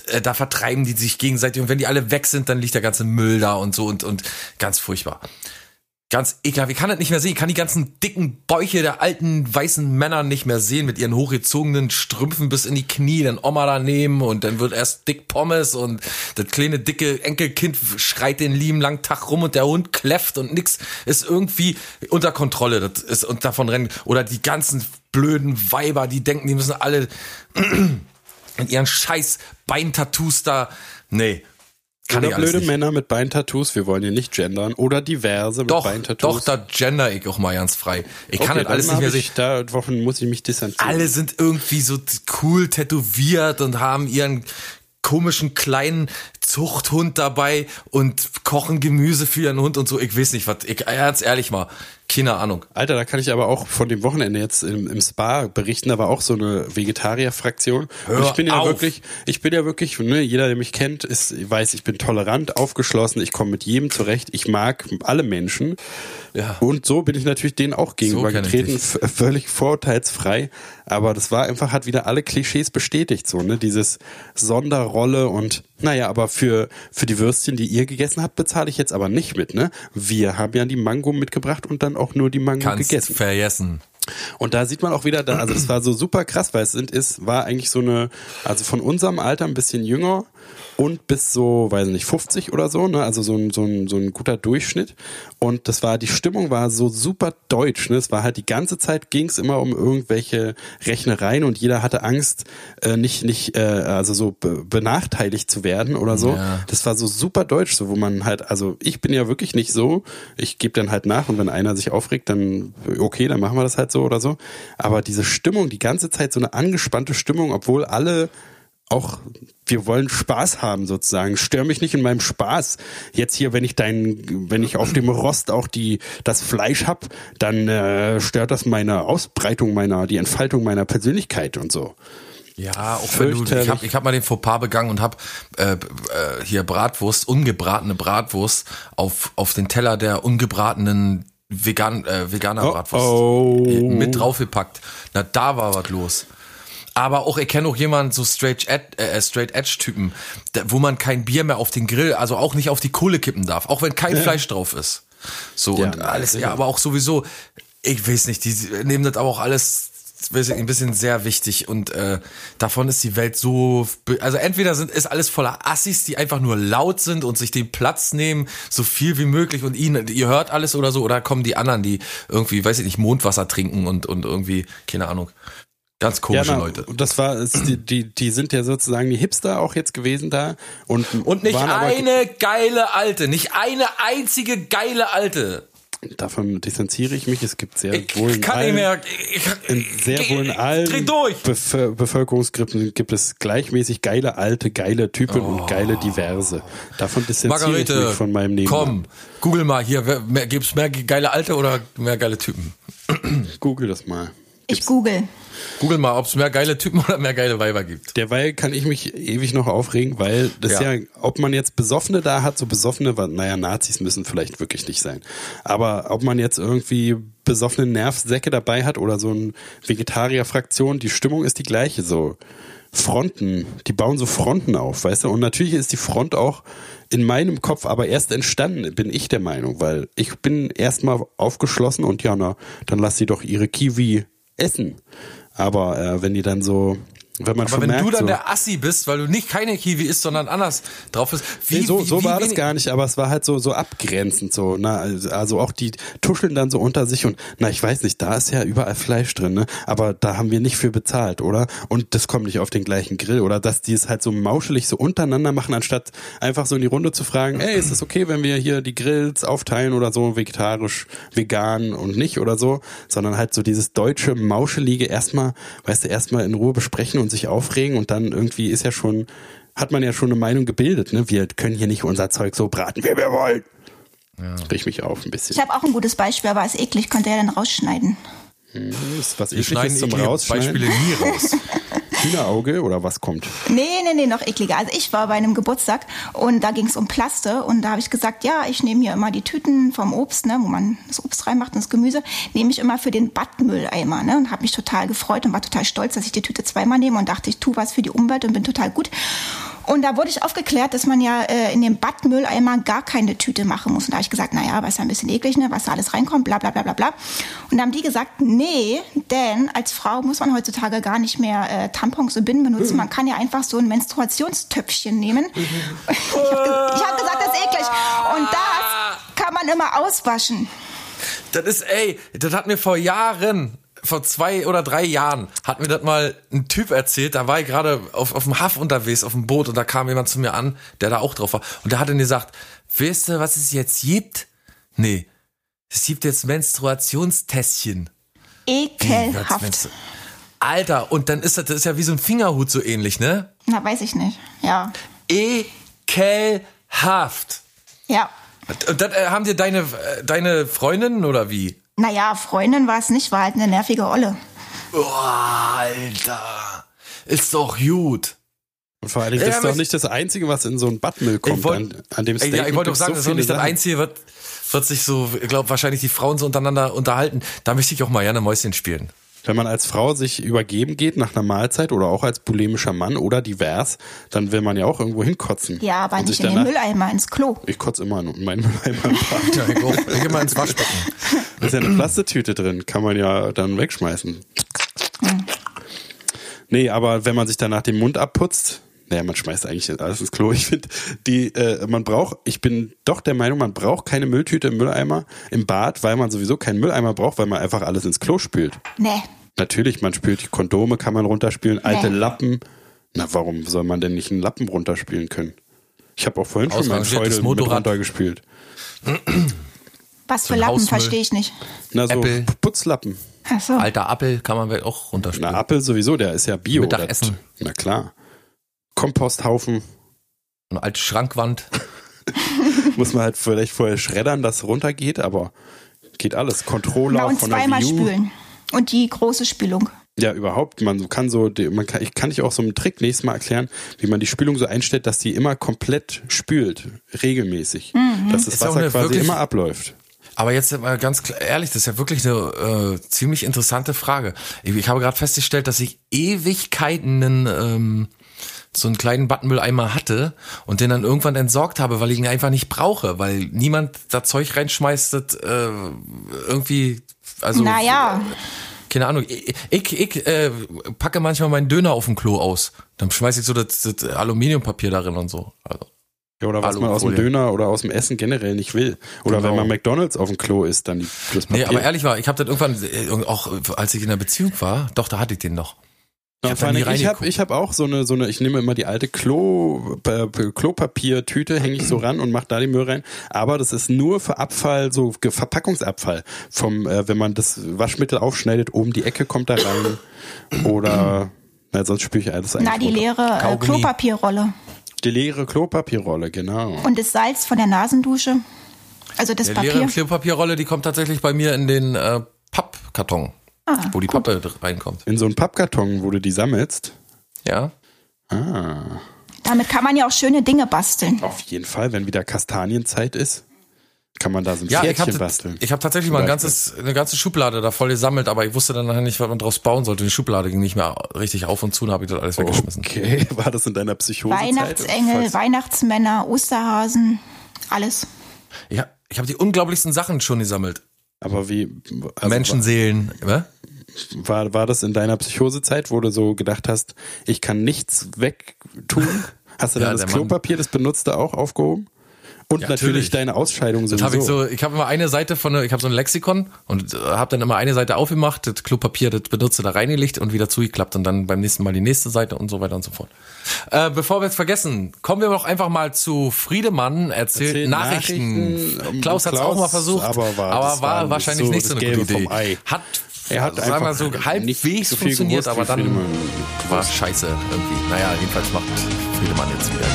S4: äh, da vertreiben die sich gegenseitig und wenn die alle weg sind, dann liegt der ganze Müll da und so und, und ganz furchtbar. Ganz ekelhaft. Ich kann das nicht mehr sehen. Ich kann die ganzen dicken Bäuche der alten weißen Männer nicht mehr sehen mit ihren hochgezogenen Strümpfen bis in die Knie. Dann Oma daneben und dann wird erst dick Pommes und das kleine dicke Enkelkind schreit den lieben langen Tag rum und der Hund kläfft und nix ist irgendwie unter Kontrolle. Das ist und davon rennen. Oder die ganzen blöden Weiber, die denken, die müssen alle [clears throat] mit ihren scheiß Beintattoos da. Nee. Kann
S5: oder
S4: ich alles
S5: blöde
S4: nicht.
S5: Männer mit Beintattoos, wir wollen hier nicht gendern. Oder diverse mit
S4: Doch, doch,
S5: Beintattoos.
S4: da gender ich auch mal ganz frei. Ich kann
S5: Okay,
S4: das alles
S5: dann
S4: nicht mehr
S5: hab
S4: sehen.
S5: ich, Da davon muss ich mich distanzieren.
S4: alle sind irgendwie so t- cool tätowiert und haben ihren komischen kleinen Zuchthund dabei und kochen Gemüse für ihren Hund und so. Ich weiß nicht, was. Ich, ganz ehrlich mal, keine Ahnung.
S5: Alter, da kann ich aber auch von dem Wochenende jetzt im, im Spa berichten, da war auch so eine Vegetarier-Fraktion. Und
S4: Hör
S5: ich bin ja
S4: auf.
S5: wirklich, ich bin ja wirklich, ne, jeder, der mich kennt, ist, weiß, ich bin tolerant, aufgeschlossen, ich komme mit jedem zurecht, ich mag alle Menschen.
S4: Ja.
S5: Und so bin ich natürlich denen auch
S4: kenn ich
S5: gegenübergetreten,
S4: dich.
S5: v- völlig vorurteilsfrei. Aber das war einfach, hat wieder alle Klischees bestätigt, so, ne, dieses Sonderrolle und, naja, aber für, für die Würstchen, die ihr gegessen habt, bezahle ich jetzt aber nicht mit, ne? Wir haben ja die Mango mitgebracht und dann auch nur die Mango
S4: Kannst
S5: gegessen.
S4: vergessen.
S5: Und da sieht man auch wieder, da, also es war so super krass, weil es sind, ist, war eigentlich so eine, also von unserem Alter ein bisschen jünger und bis so, weiß nicht, 50 oder so, ne? Also so ein, so ein, so ein guter Durchschnitt. Und das war, die Stimmung war so super deutsch, ne? Es war halt die ganze Zeit ging es immer um irgendwelche Rechnereien und jeder hatte Angst, äh, nicht, nicht, äh, also so be benachteiligt zu werden oder so.
S4: Ja.
S5: Das war so super deutsch, so wo man halt, also ich bin ja wirklich nicht so. Ich gebe dann halt nach und wenn einer sich aufregt, dann okay, dann machen wir das halt so oder so. Aber diese Stimmung, die ganze Zeit so eine angespannte Stimmung, obwohl alle auch, wir wollen Spaß haben sozusagen. Stör mich nicht in meinem Spaß. Jetzt hier, wenn ich dein, wenn ich auf dem Rost auch die, das Fleisch hab, dann äh, stört das meine Ausbreitung meiner, die Entfaltung meiner Persönlichkeit und so.
S4: Ja, auch wenn du, ich
S5: Fürchterlich.
S4: habe ich hab mal den Fauxpas begangen und habe äh, äh, hier Bratwurst, ungebratene Bratwurst auf, auf den Teller der ungebratenen vegan, äh, veganer
S5: Oh,
S4: Bratwurst
S5: oh.
S4: mit draufgepackt. Na, da war was los. Aber auch, ich kenne auch jemanden, so Straight Edge, äh, Straight Edge Typen, da- wo man kein Bier mehr auf den Grill, also auch nicht auf die Kohle kippen darf, auch wenn kein Fleisch drauf ist. So
S5: Ja,
S4: und
S5: na,
S4: alles,
S5: sicher.
S4: ja, aber auch sowieso, ich weiß nicht, die nehmen das aber auch alles weiß ich, ein bisschen sehr wichtig und äh, davon ist die Welt so, be- also entweder sind, ist alles voller Assis, die einfach nur laut sind und sich den Platz nehmen, so viel wie möglich und ihnen, ihr hört alles oder so, oder kommen die anderen, die irgendwie, weiß ich nicht, Mondwasser trinken und, und irgendwie, keine Ahnung, ganz komische
S5: na,
S4: Leute.
S5: Und das war, es- die, die, die sind ja sozusagen die Hipster auch jetzt gewesen da. Und,
S4: Und nicht
S5: waren aber-
S4: eine geile Alte, nicht eine einzige geile Alte.
S5: Davon distanziere ich mich. Es gibt sehr
S4: Ich
S5: Äh, wohl in
S4: kann nicht
S5: allen-
S4: mehr. Ich,
S5: In sehr
S4: ich-
S5: wohl in
S4: ich-
S5: allen
S4: Dreh durch.
S5: Bevö- Bevölkerungsgruppen gibt es gleichmäßig geile alte, geile Typen und geile diverse. Davon distanziere ich
S4: Oh. Margarete,
S5: mich von meinem Leben.
S4: komm, google mal hier, wer- mehr, gibt's mehr geile Alte oder mehr geile Typen?
S5: Google das mal.
S6: Ich google.
S4: Google mal, ob's mehr geile Typen [laughs] oder mehr geile Weiber gibt.
S5: Derweil kann ich mich ewig noch aufregen, weil das
S4: Ja.
S5: ja. ob man jetzt Besoffene da hat, so Besoffene, weil, naja, Nazis müssen vielleicht wirklich nicht sein. Aber ob man jetzt irgendwie besoffene Nervsäcke dabei hat oder so eine Vegetarier-Fraktion, die Stimmung ist die gleiche, so. Fronten, die bauen so Fronten auf, weißt du? Und natürlich ist die Front auch in meinem Kopf aber erst entstanden, bin ich der Meinung, weil ich bin erstmal aufgeschlossen und ja, na, dann lass sie doch ihre Kiwi essen. Aber äh, wenn die dann so, wenn man
S4: Aber
S5: schon
S4: wenn
S5: merkt,
S4: du dann
S5: so,
S4: der Assi bist, weil du nicht keine Kiwi isst, sondern anders drauf bist, wie,
S5: Nee, so,
S4: wie,
S5: so
S4: wie
S5: war das
S4: wenig-
S5: gar nicht, aber es war halt so, so abgrenzend, so, na, also auch die tuscheln dann so unter sich und, na, ich weiß nicht, da ist ja überall Fleisch drin, ne, aber da haben wir nicht für bezahlt, oder? Und das kommt nicht auf den gleichen Grill, oder dass die es halt so mauschelig so untereinander machen, anstatt einfach so in die Runde zu fragen, ey, ist es okay, wenn wir hier die Grills aufteilen oder so, vegetarisch, vegan und nicht oder so, sondern halt so dieses deutsche mauschelige erstmal, weißt du, erstmal in Ruhe besprechen und sich aufregen und dann irgendwie ist ja schon, hat man ja schon eine Meinung gebildet. Ne? Wir können hier nicht unser Zeug so braten, wie wir wollen. Sprich mich auf ein bisschen.
S6: Ich habe auch ein gutes Beispiel, aber ist eklig, konnte er dann rausschneiden.
S5: Ist was
S4: Wir schneiden
S5: ekliges zum
S4: eklige
S5: Rausschneiden.
S4: Beispiele nie
S5: [laughs]
S4: raus.
S5: Hühnerauge oder was kommt?
S6: Nee, nee, nee, noch ekliger. Also ich war bei einem Geburtstag und da ging es um Plaste und da habe ich gesagt, ja, ich nehme hier immer die Tüten vom Obst, ne, wo man das Obst reinmacht und das Gemüse, nehme ich immer für den Badmülleimer ne, und habe mich total gefreut und war total stolz, dass ich die Tüte zweimal nehme und dachte, ich tue was für die Umwelt und bin total gut. Und da wurde ich aufgeklärt, dass man ja äh, in dem Badmülleimer gar keine Tüte machen muss. Und da habe ich gesagt, naja, aber ist ja ein bisschen eklig, ne? was da alles reinkommt, bla bla bla bla bla. Und da haben die gesagt, nee, denn als Frau muss man heutzutage gar nicht mehr äh, Tampons und Binden benutzen. Man kann ja einfach so ein Menstruationstöpfchen nehmen. [laughs] Ich habe ge ich hab gesagt, das ist eklig. Und das kann man immer auswaschen.
S4: Das ist, ey, das hat mir vor Jahren, vor zwei oder drei Jahren, hat mir das mal ein Typ erzählt. Da war ich gerade auf, auf dem Haff unterwegs, auf dem Boot, und da kam jemand zu mir an, der da auch drauf war. Und der hat dann gesagt, weißt du, was es jetzt gibt? Nee, es gibt jetzt Menstruationstässchen. Wie, was,
S6: Ekelhaft.
S4: Menstru- Alter, und dann ist das, das ist ja wie so ein Fingerhut so ähnlich, ne?
S6: Na, weiß ich nicht. Ja.
S4: Ekelhaft.
S6: Ja.
S4: Und das äh, haben dir deine, äh, deine Freundinnen oder wie?
S6: Naja, Freundin war es nicht, war halt eine nervige Olle.
S4: Boah, Alter. Ist doch gut.
S5: Und vor allen Dingen, das
S4: Ja,
S5: ist doch
S4: mich-
S5: nicht das Einzige, was in so ein Badmüll kommt. an, an dem
S4: Ey, ja, ich wollte auch
S5: gibt's
S4: sagen, das ist doch
S5: viele
S4: nicht das
S5: Sachen.
S4: Einzige, was, was sich so, ich glaube, wahrscheinlich die Frauen so untereinander unterhalten. Da möchte ich auch mal gerne Mäuschen spielen.
S5: Wenn man als Frau sich übergeben geht nach einer Mahlzeit oder auch als bulimischer Mann oder divers, dann will man ja auch irgendwo hinkotzen.
S6: Ja, aber
S5: Und
S6: nicht
S5: sich
S6: in den
S5: danach-
S6: Mülleimer, ins Klo.
S5: Ich kotze immer in meinen Mülleimer.
S4: [laughs] Ja, ich auch. Ich geh mal ins Waschbecken.
S5: Da ist ja eine Plastetüte drin, kann man ja dann wegschmeißen. Nee, aber wenn man sich danach den Mund abputzt, naja, man schmeißt eigentlich alles ins Klo. Ich finde, die, äh, man braucht, ich bin doch der Meinung, man braucht keine Mülltüte im Mülleimer, im Bad, weil man sowieso keinen Mülleimer braucht, weil man einfach alles ins Klo spült.
S6: Nee.
S5: Natürlich, man spült die Kondome, kann man runterspülen, alte
S6: Nee.
S5: Lappen. Na, warum soll man denn nicht einen Lappen runterspülen können? Ich habe auch vorhin schon meinen
S4: Ausrangiertes
S5: Scheudel mit
S4: Motorrad.
S5: runtergespült.
S6: Was für
S4: ein
S6: Lappen,
S4: Hausmüll.
S6: verstehe ich nicht.
S5: Na, so
S4: Apple.
S5: Putzlappen.
S6: Ach so.
S4: Alter Appel kann man auch runterspielen.
S5: Na, Apfel sowieso, der ist ja Bio.
S4: Mittagessen.
S5: Das- Na klar. Komposthaufen [laughs]
S4: Eine alte Schrankwand.
S5: muss man halt vielleicht vorher schreddern, dass runtergeht, aber geht alles. Controller
S6: Na, und
S5: von der
S6: zweimal
S5: Wii U.
S6: spülen. Und die große Spülung.
S5: Ja, überhaupt. Man kann so, die- man kann, ich kann dich auch so einen Trick nächstes Mal erklären, wie man die Spülung so einstellt, dass die immer komplett spült, regelmäßig.
S6: Mhm.
S5: Dass das
S4: Ist ja auch
S5: Wasser
S4: eine
S5: quasi
S4: wirklich-
S5: immer abläuft.
S4: Aber jetzt mal ganz klar- ehrlich, das ist ja wirklich eine äh, ziemlich interessante Frage. Ich, ich habe gerade festgestellt, dass ich Ewigkeiten einen, ähm, so einen kleinen Badmülleimer hatte und den dann irgendwann entsorgt habe, weil ich ihn einfach nicht brauche, weil niemand da Zeug reinschmeißt, das äh, irgendwie, also
S5: äh,
S6: Naja.
S4: keine Ahnung, ich, ich, ich äh, packe manchmal meinen Döner auf dem Klo aus. Dann schmeiße ich so das, das Aluminiumpapier darin und so. Also,
S5: Ja, oder was man aus dem
S4: Alufolie.
S5: Döner oder aus dem Essen generell nicht will. Oder wenn
S4: Genau.
S5: man McDonalds auf dem Klo ist, dann die, das Papier.
S4: nee, aber ehrlich war, ich habe das irgendwann, äh, auch äh, als ich in einer Beziehung war, doch, da hatte ich den noch.
S5: Ja,
S4: hab
S5: vor
S4: da nie
S5: allem, ich habe
S4: reingeguckt.
S5: ich hab auch so eine, so eine, ich nehme immer die alte Klo, äh, Klopapiertüte, hänge ich so ran und mache da den Müll rein. Aber das ist nur für Abfall, so Ge- Verpackungsabfall. Vom, äh, wenn man das Waschmittel aufschneidet, oben die Ecke kommt da rein. Oder, na, sonst spüre ich alles eigentlich.
S6: Na, die
S5: runter.
S6: leere äh,
S4: Kaugummi.
S6: Klopapierrolle.
S5: die leere Klopapierrolle, genau.
S6: Und das Salz von der Nasendusche. Also das
S4: Der leere
S6: Papier.
S4: Klopapierrolle, die kommt tatsächlich bei mir in den äh, Pappkarton, wo die Pappe dr- reinkommt.
S5: In so einen Pappkarton, wo du die sammelst.
S4: Ja.
S5: Ah,
S6: Damit kann man ja auch schöne Dinge basteln.
S5: auf jeden Fall, wenn wieder Kastanienzeit ist, kann man da so ein
S4: Ja, ich
S5: Pferdchen
S4: habe
S5: basteln.
S4: ich hab tatsächlich mal ein
S5: Zum
S4: ganzes, eine ganze Schublade da voll gesammelt, aber ich wusste dann nachher nicht, was man draus bauen sollte. Die Schublade ging nicht mehr richtig auf und zu und habe ich das alles weggeschmissen.
S5: Okay, [laughs] war das in deiner Psychosezeit?
S6: Weihnachtsengel,
S5: Falls-
S6: Weihnachtsmänner, Osterhasen, alles.
S4: Ich, hab- ich habe die unglaublichsten Sachen schon gesammelt. Mhm.
S5: Aber wie also
S4: Menschenseelen. wa?
S5: war, war das in deiner Psychosezeit, wo du so gedacht hast, ich kann nichts
S4: [laughs]
S5: wegtun? Hast du
S4: Ja,
S5: dann
S4: der
S5: das
S4: Mann-
S5: Klopapier, das benutzte, auch aufgehoben? Und
S4: Ja,
S5: natürlich
S4: natürlich.
S5: deine Ausscheidung
S4: Das
S5: sowieso.
S4: habe ich so, ich habe immer eine Seite von, ich habe so ein Lexikon und äh, habe dann immer eine Seite aufgemacht, das Klopapier, das benutze da reingelegt und wieder zugeklappt und dann beim nächsten Mal die nächste Seite und so weiter und so fort. Äh, bevor wir es vergessen, kommen wir doch einfach mal zu Friedemann erzählt,
S5: Erzählt
S4: Nachrichten.
S5: Nachrichten.
S4: Klaus hat es
S5: Klaus,
S4: auch mal versucht,
S5: aber
S4: aber
S5: war-
S4: war,
S5: das war
S4: wahrscheinlich
S5: so
S4: nicht so
S5: das
S4: eine gute
S5: Gelbe vom
S4: Idee.
S5: Ei.
S4: Hat,
S5: Er hat
S4: Also, sagen wir mal
S5: einfach
S4: so
S5: nicht
S4: halbwegs
S5: so viel
S4: funktioniert,
S5: gewusst wie
S4: aber dann
S5: Friedemann.
S4: war scheiße irgendwie. Naja, jedenfalls macht Friedemann jetzt wieder.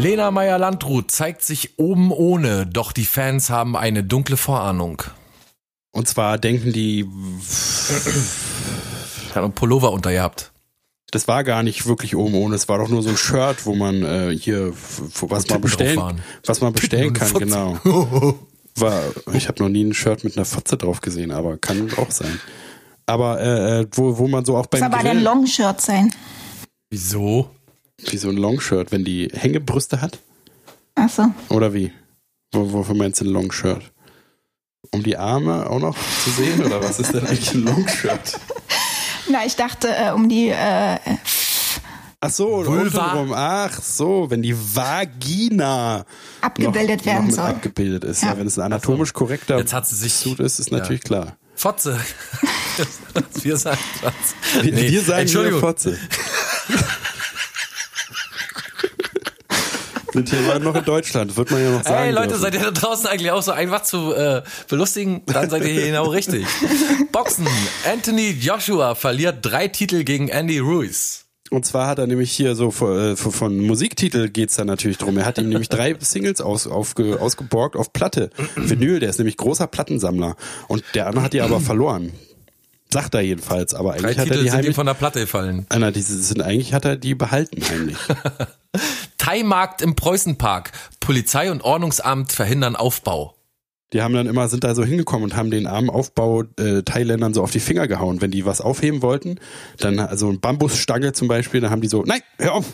S4: Lena Meyer-Landrut zeigt sich oben ohne, doch die Fans haben eine dunkle Vorahnung.
S5: Und zwar denken die,
S4: Hat einen Pullover untergehabt.
S5: das war gar nicht wirklich oben ohne, es war doch nur so ein Shirt, wo man äh, hier f- f- was man
S4: Titten drauf
S5: bestellen,
S4: waren.
S5: was man bestellen
S4: und
S5: kann,
S4: Fotzen.
S5: genau.
S4: [laughs]
S5: War, ich habe noch nie ein Shirt mit einer Fotze drauf gesehen, aber kann auch sein. Aber äh, äh, wo, wo man so auch beim
S6: Muss aber
S5: Grill-
S6: der Longshirt sein.
S4: Wieso?
S5: Wie so ein Longshirt, wenn die Hängebrüste hat?
S6: Achso.
S5: Oder wie? Wo, wofür meinst du ein Longshirt? Um die Arme auch noch zu sehen? Oder was ist denn eigentlich
S4: [laughs]
S5: ein Longshirt?
S6: Na, ich dachte, äh, um die äh,
S5: Ach so,
S4: Vulva.
S5: untenrum. Ach so, wenn die Vagina
S6: abgebildet
S5: noch,
S6: werden
S5: noch mit
S6: soll.
S5: abgebildet ist. Ja.
S6: Ja.
S5: wenn es ein anatomisch korrekter
S4: Also, Jetzt hat sie sich-
S5: Suit ist, ist
S4: Ja.
S5: natürlich klar.
S4: Fotze. [laughs] wir sagen Schatz.
S5: Wir, wir
S4: [laughs]
S5: sagen nur
S4: Entschuldigung.
S5: Fotze. sind hier immer noch in Deutschland, wird man ja noch sagen.
S4: Hey Leute,
S5: dürfen.
S4: seid ihr da draußen eigentlich auch so einfach zu äh, belustigen? Dann seid ihr hier genau
S5: [laughs]
S4: richtig. Boxen. Anthony Joshua verliert drei Titel gegen Andy Ruiz.
S5: Und zwar hat er nämlich hier so vor- äh, vor- von Musiktitel geht's da natürlich drum. Er hat ihm
S4: [laughs]
S5: nämlich drei Singles aus, aufge, ausgeborgt auf Platte. Vinyl, der ist nämlich großer Plattensammler. Und der andere hat die aber verloren. Sagt er jedenfalls, aber
S4: Drei
S5: eigentlich hat er
S4: Titel sind
S5: die
S4: ihm
S5: heimlich.
S4: von der Platte gefallen.
S5: Anna, diese sind eigentlich hat er die behalten heimlich.
S4: Thai-Markt im Preußenpark. Polizei und Ordnungsamt verhindern Aufbau.
S5: Die haben dann immer, sind da so hingekommen und haben den armen Aufbau äh, Thailändern so auf die Finger gehauen. Wenn die was aufheben wollten, dann also ein Bambusstange zum Beispiel, dann haben die so, nein, hör auf!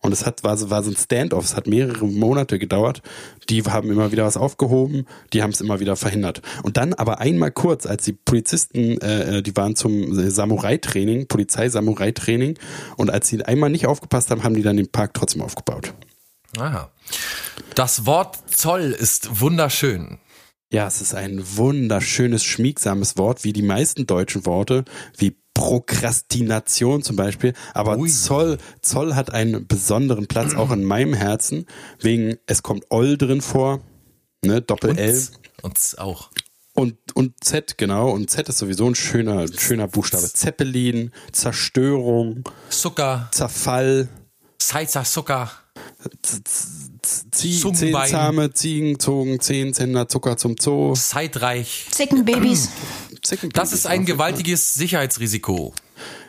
S5: Und es hat, war, so- war so ein Standoff, es hat mehrere Monate gedauert. Die haben immer wieder was aufgehoben, die haben es immer wieder verhindert. Und dann aber einmal kurz, als die Polizisten, äh, äh, die waren zum Samurai-Training, Polizei-Samurai-Training, und als sie einmal nicht aufgepasst haben, haben die dann den Park trotzdem aufgebaut.
S4: Aha. Das Wort Zoll ist wunderschön.
S5: Ja, es ist ein wunderschönes, schmiegsames Wort, wie die meisten deutschen Worte, wie Prokrastination zum Beispiel. Aber
S4: Ui.
S5: Zoll, Zoll hat einen besonderen Platz auch in meinem Herzen, wegen, es kommt Oll drin vor, ne,
S4: Und,
S5: Doppel-L.
S4: und auch.
S5: Und, und Z, genau. Und Z ist sowieso ein schöner, ein schöner Buchstabe. Zeppelin, Zerstörung,
S4: Zucker.
S5: Zerfall,
S4: Salsa Zucker.
S5: Zie
S4: Zungenbein.
S5: Zehenzahme, Ziegenzogen, Zehenzänder, Zucker zum Zoo.
S4: Zeitreich.
S6: Zickenbabys.
S5: Ah,
S4: Das ist ein
S5: gewaltiger
S4: gewaltiges Sicherheitsrisiko.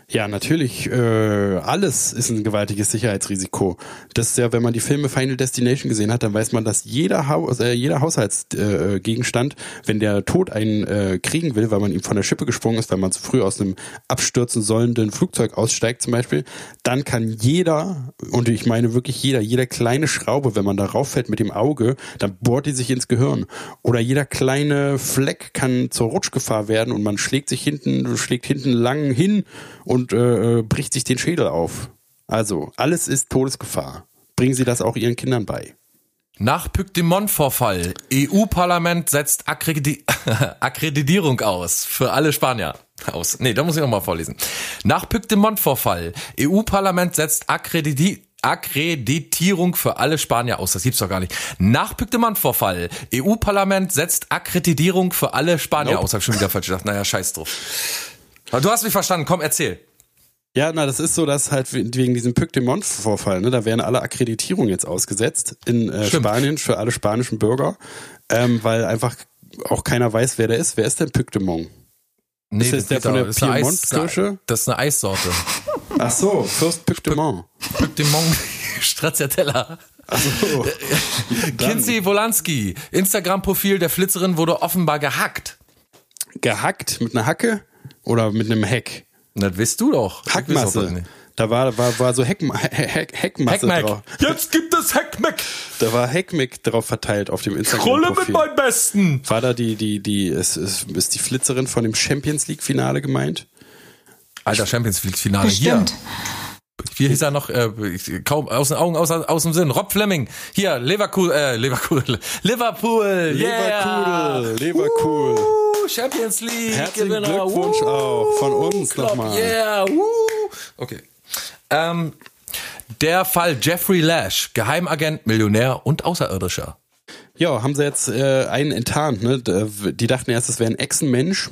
S5: Ja, natürlich. Äh, alles ist ein gewaltiges Sicherheitsrisiko. Das ist ja, wenn man die Filme Final Destination gesehen hat, dann weiß man, dass jeder, Haus, äh, jeder Haushaltsgegenstand, äh, Gegenstand, wenn der Tod einen äh, kriegen will, weil man ihm von der Schippe gesprungen ist, weil man zu früh aus einem abstürzen sollenden Flugzeug aussteigt zum Beispiel, dann kann jeder, und ich meine wirklich jeder, jeder kleine Schraube, wenn man da rauffällt mit dem Auge, dann bohrt die sich ins Gehirn. Oder jeder kleine Fleck kann zur Rutschgefahr werden und man schlägt sich hinten, schlägt hinten lang hin und äh, äh, bricht sich den Schädel auf. Also, alles ist Todesgefahr. Bringen Sie das auch Ihren Kindern bei.
S4: Nach Puigdemont-Vorfall. EU-Parlament setzt Akkredi [laughs] Akkreditierung aus. Für alle Spanier. Aus. Nee, da muss ich nochmal vorlesen. Nach Puigdemont-Vorfall. EU-Parlament setzt Akkreditierung. Akkreditierung für alle Spanier aus. Das gibt's doch gar nicht. Nach Puigdemont-Vorfall. EU-Parlament setzt Akkreditierung für alle Spanier
S5: Nope.
S4: aus. Hab ich schon wieder falsch gedacht. Naja, scheiß drauf. Aber du hast mich verstanden. Komm, erzähl.
S5: Ja, na, das ist so, dass halt we- wegen diesem Puigdemont-Vorfall, ne, da werden alle Akkreditierungen jetzt ausgesetzt in äh,
S4: Stimmt.
S5: Spanien für alle spanischen Bürger, ähm, weil einfach auch keiner weiß, wer der ist. Wer ist denn Puigdemont?
S4: Nee,
S5: Ist das der
S4: geht
S5: von
S4: doch.
S5: der
S4: Das ist eine Eis-
S5: Piemont-Kirche?
S4: Das ist eine Eissorte.
S5: Ach so, Fürst Puigdemont.
S4: Puigdemont Stracciatella.
S5: So. Dann
S4: Kinsey Wolanski, Instagram-Profil der Flitzerin wurde offenbar gehackt.
S5: [laughs] gehackt mit einer Hacke oder mit einem Heck?
S4: Das weißt du doch.
S5: Hackmasse. Da war, war, war so Heck, [laughs] Heck, Heckmasse drauf.
S4: Hackmack. Jetzt gibt es Hackmack.
S5: Da war Heckmick drauf verteilt auf dem
S4: Rolle mit
S5: Instagram-Profil.
S4: meinem Besten.
S5: War da die, die, die, ist, ist, ist die Flitzerin von dem Champions League-Finale gemeint?
S4: Alter Champions League Finale hier.
S6: Bestimmt.
S4: Hier hieß er noch äh, ich- kaum aus den Augen, aus, aus dem Sinn. Rob Fleming. Hier Leverkusen, äh, Leverkusen, [laughs] Liverpool. Yeah.
S5: Leverkusen, Leverkusen.
S4: Uh, Champions League.
S5: Herzlichen
S4: Gewinner.
S5: Glückwunsch auch von uns
S4: Klopp,
S5: nochmal.
S4: Yeah. Uh. Okay. Ähm, der Fall Jeffrey Lash, Geheimagent, Millionär und Außerirdischer.
S5: Ja, haben sie jetzt äh, einen enttarnt. Ne? D- Die dachten erst, es wäre ein Echsenmensch,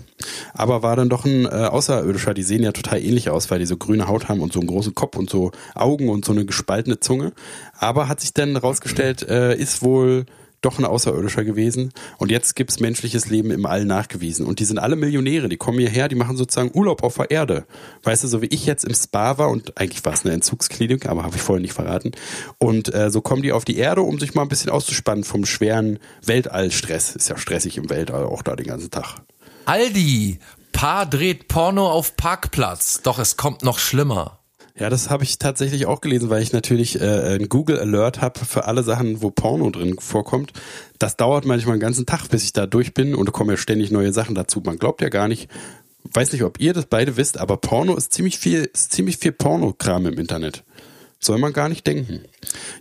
S5: aber war dann doch ein äh, Außerirdischer. Die sehen ja total ähnlich aus, weil die so grüne Haut haben und so einen großen Kopf und so Augen und so eine gespaltene Zunge. Aber hat sich dann herausgestellt, äh, ist wohl doch ein Außerirdischer gewesen. Und jetzt gibt's menschliches Leben im All nachgewiesen. Und die sind alle Millionäre, die kommen hierher, die machen sozusagen Urlaub auf der Erde. Weißt du, so wie ich jetzt im Spa war und eigentlich war es eine Entzugsklinik, aber habe ich vorher nicht verraten. Und äh, so kommen die auf die Erde, um sich mal ein bisschen auszuspannen vom schweren Weltallstress. Ist ja stressig im Weltall auch da den ganzen Tag.
S4: Aldi, Paar dreht Porno auf Parkplatz. Doch es kommt noch schlimmer.
S5: Ja, das habe ich tatsächlich auch gelesen, weil ich natürlich äh, einen Google Alert habe für alle Sachen, wo Porno drin vorkommt. Das dauert manchmal einen ganzen Tag, bis ich da durch bin und da kommen ja ständig neue Sachen dazu. Man glaubt ja gar nicht, weiß nicht, ob ihr das beide wisst, aber Porno ist ziemlich viel, ist ziemlich viel Pornokram im Internet. Soll man gar nicht denken.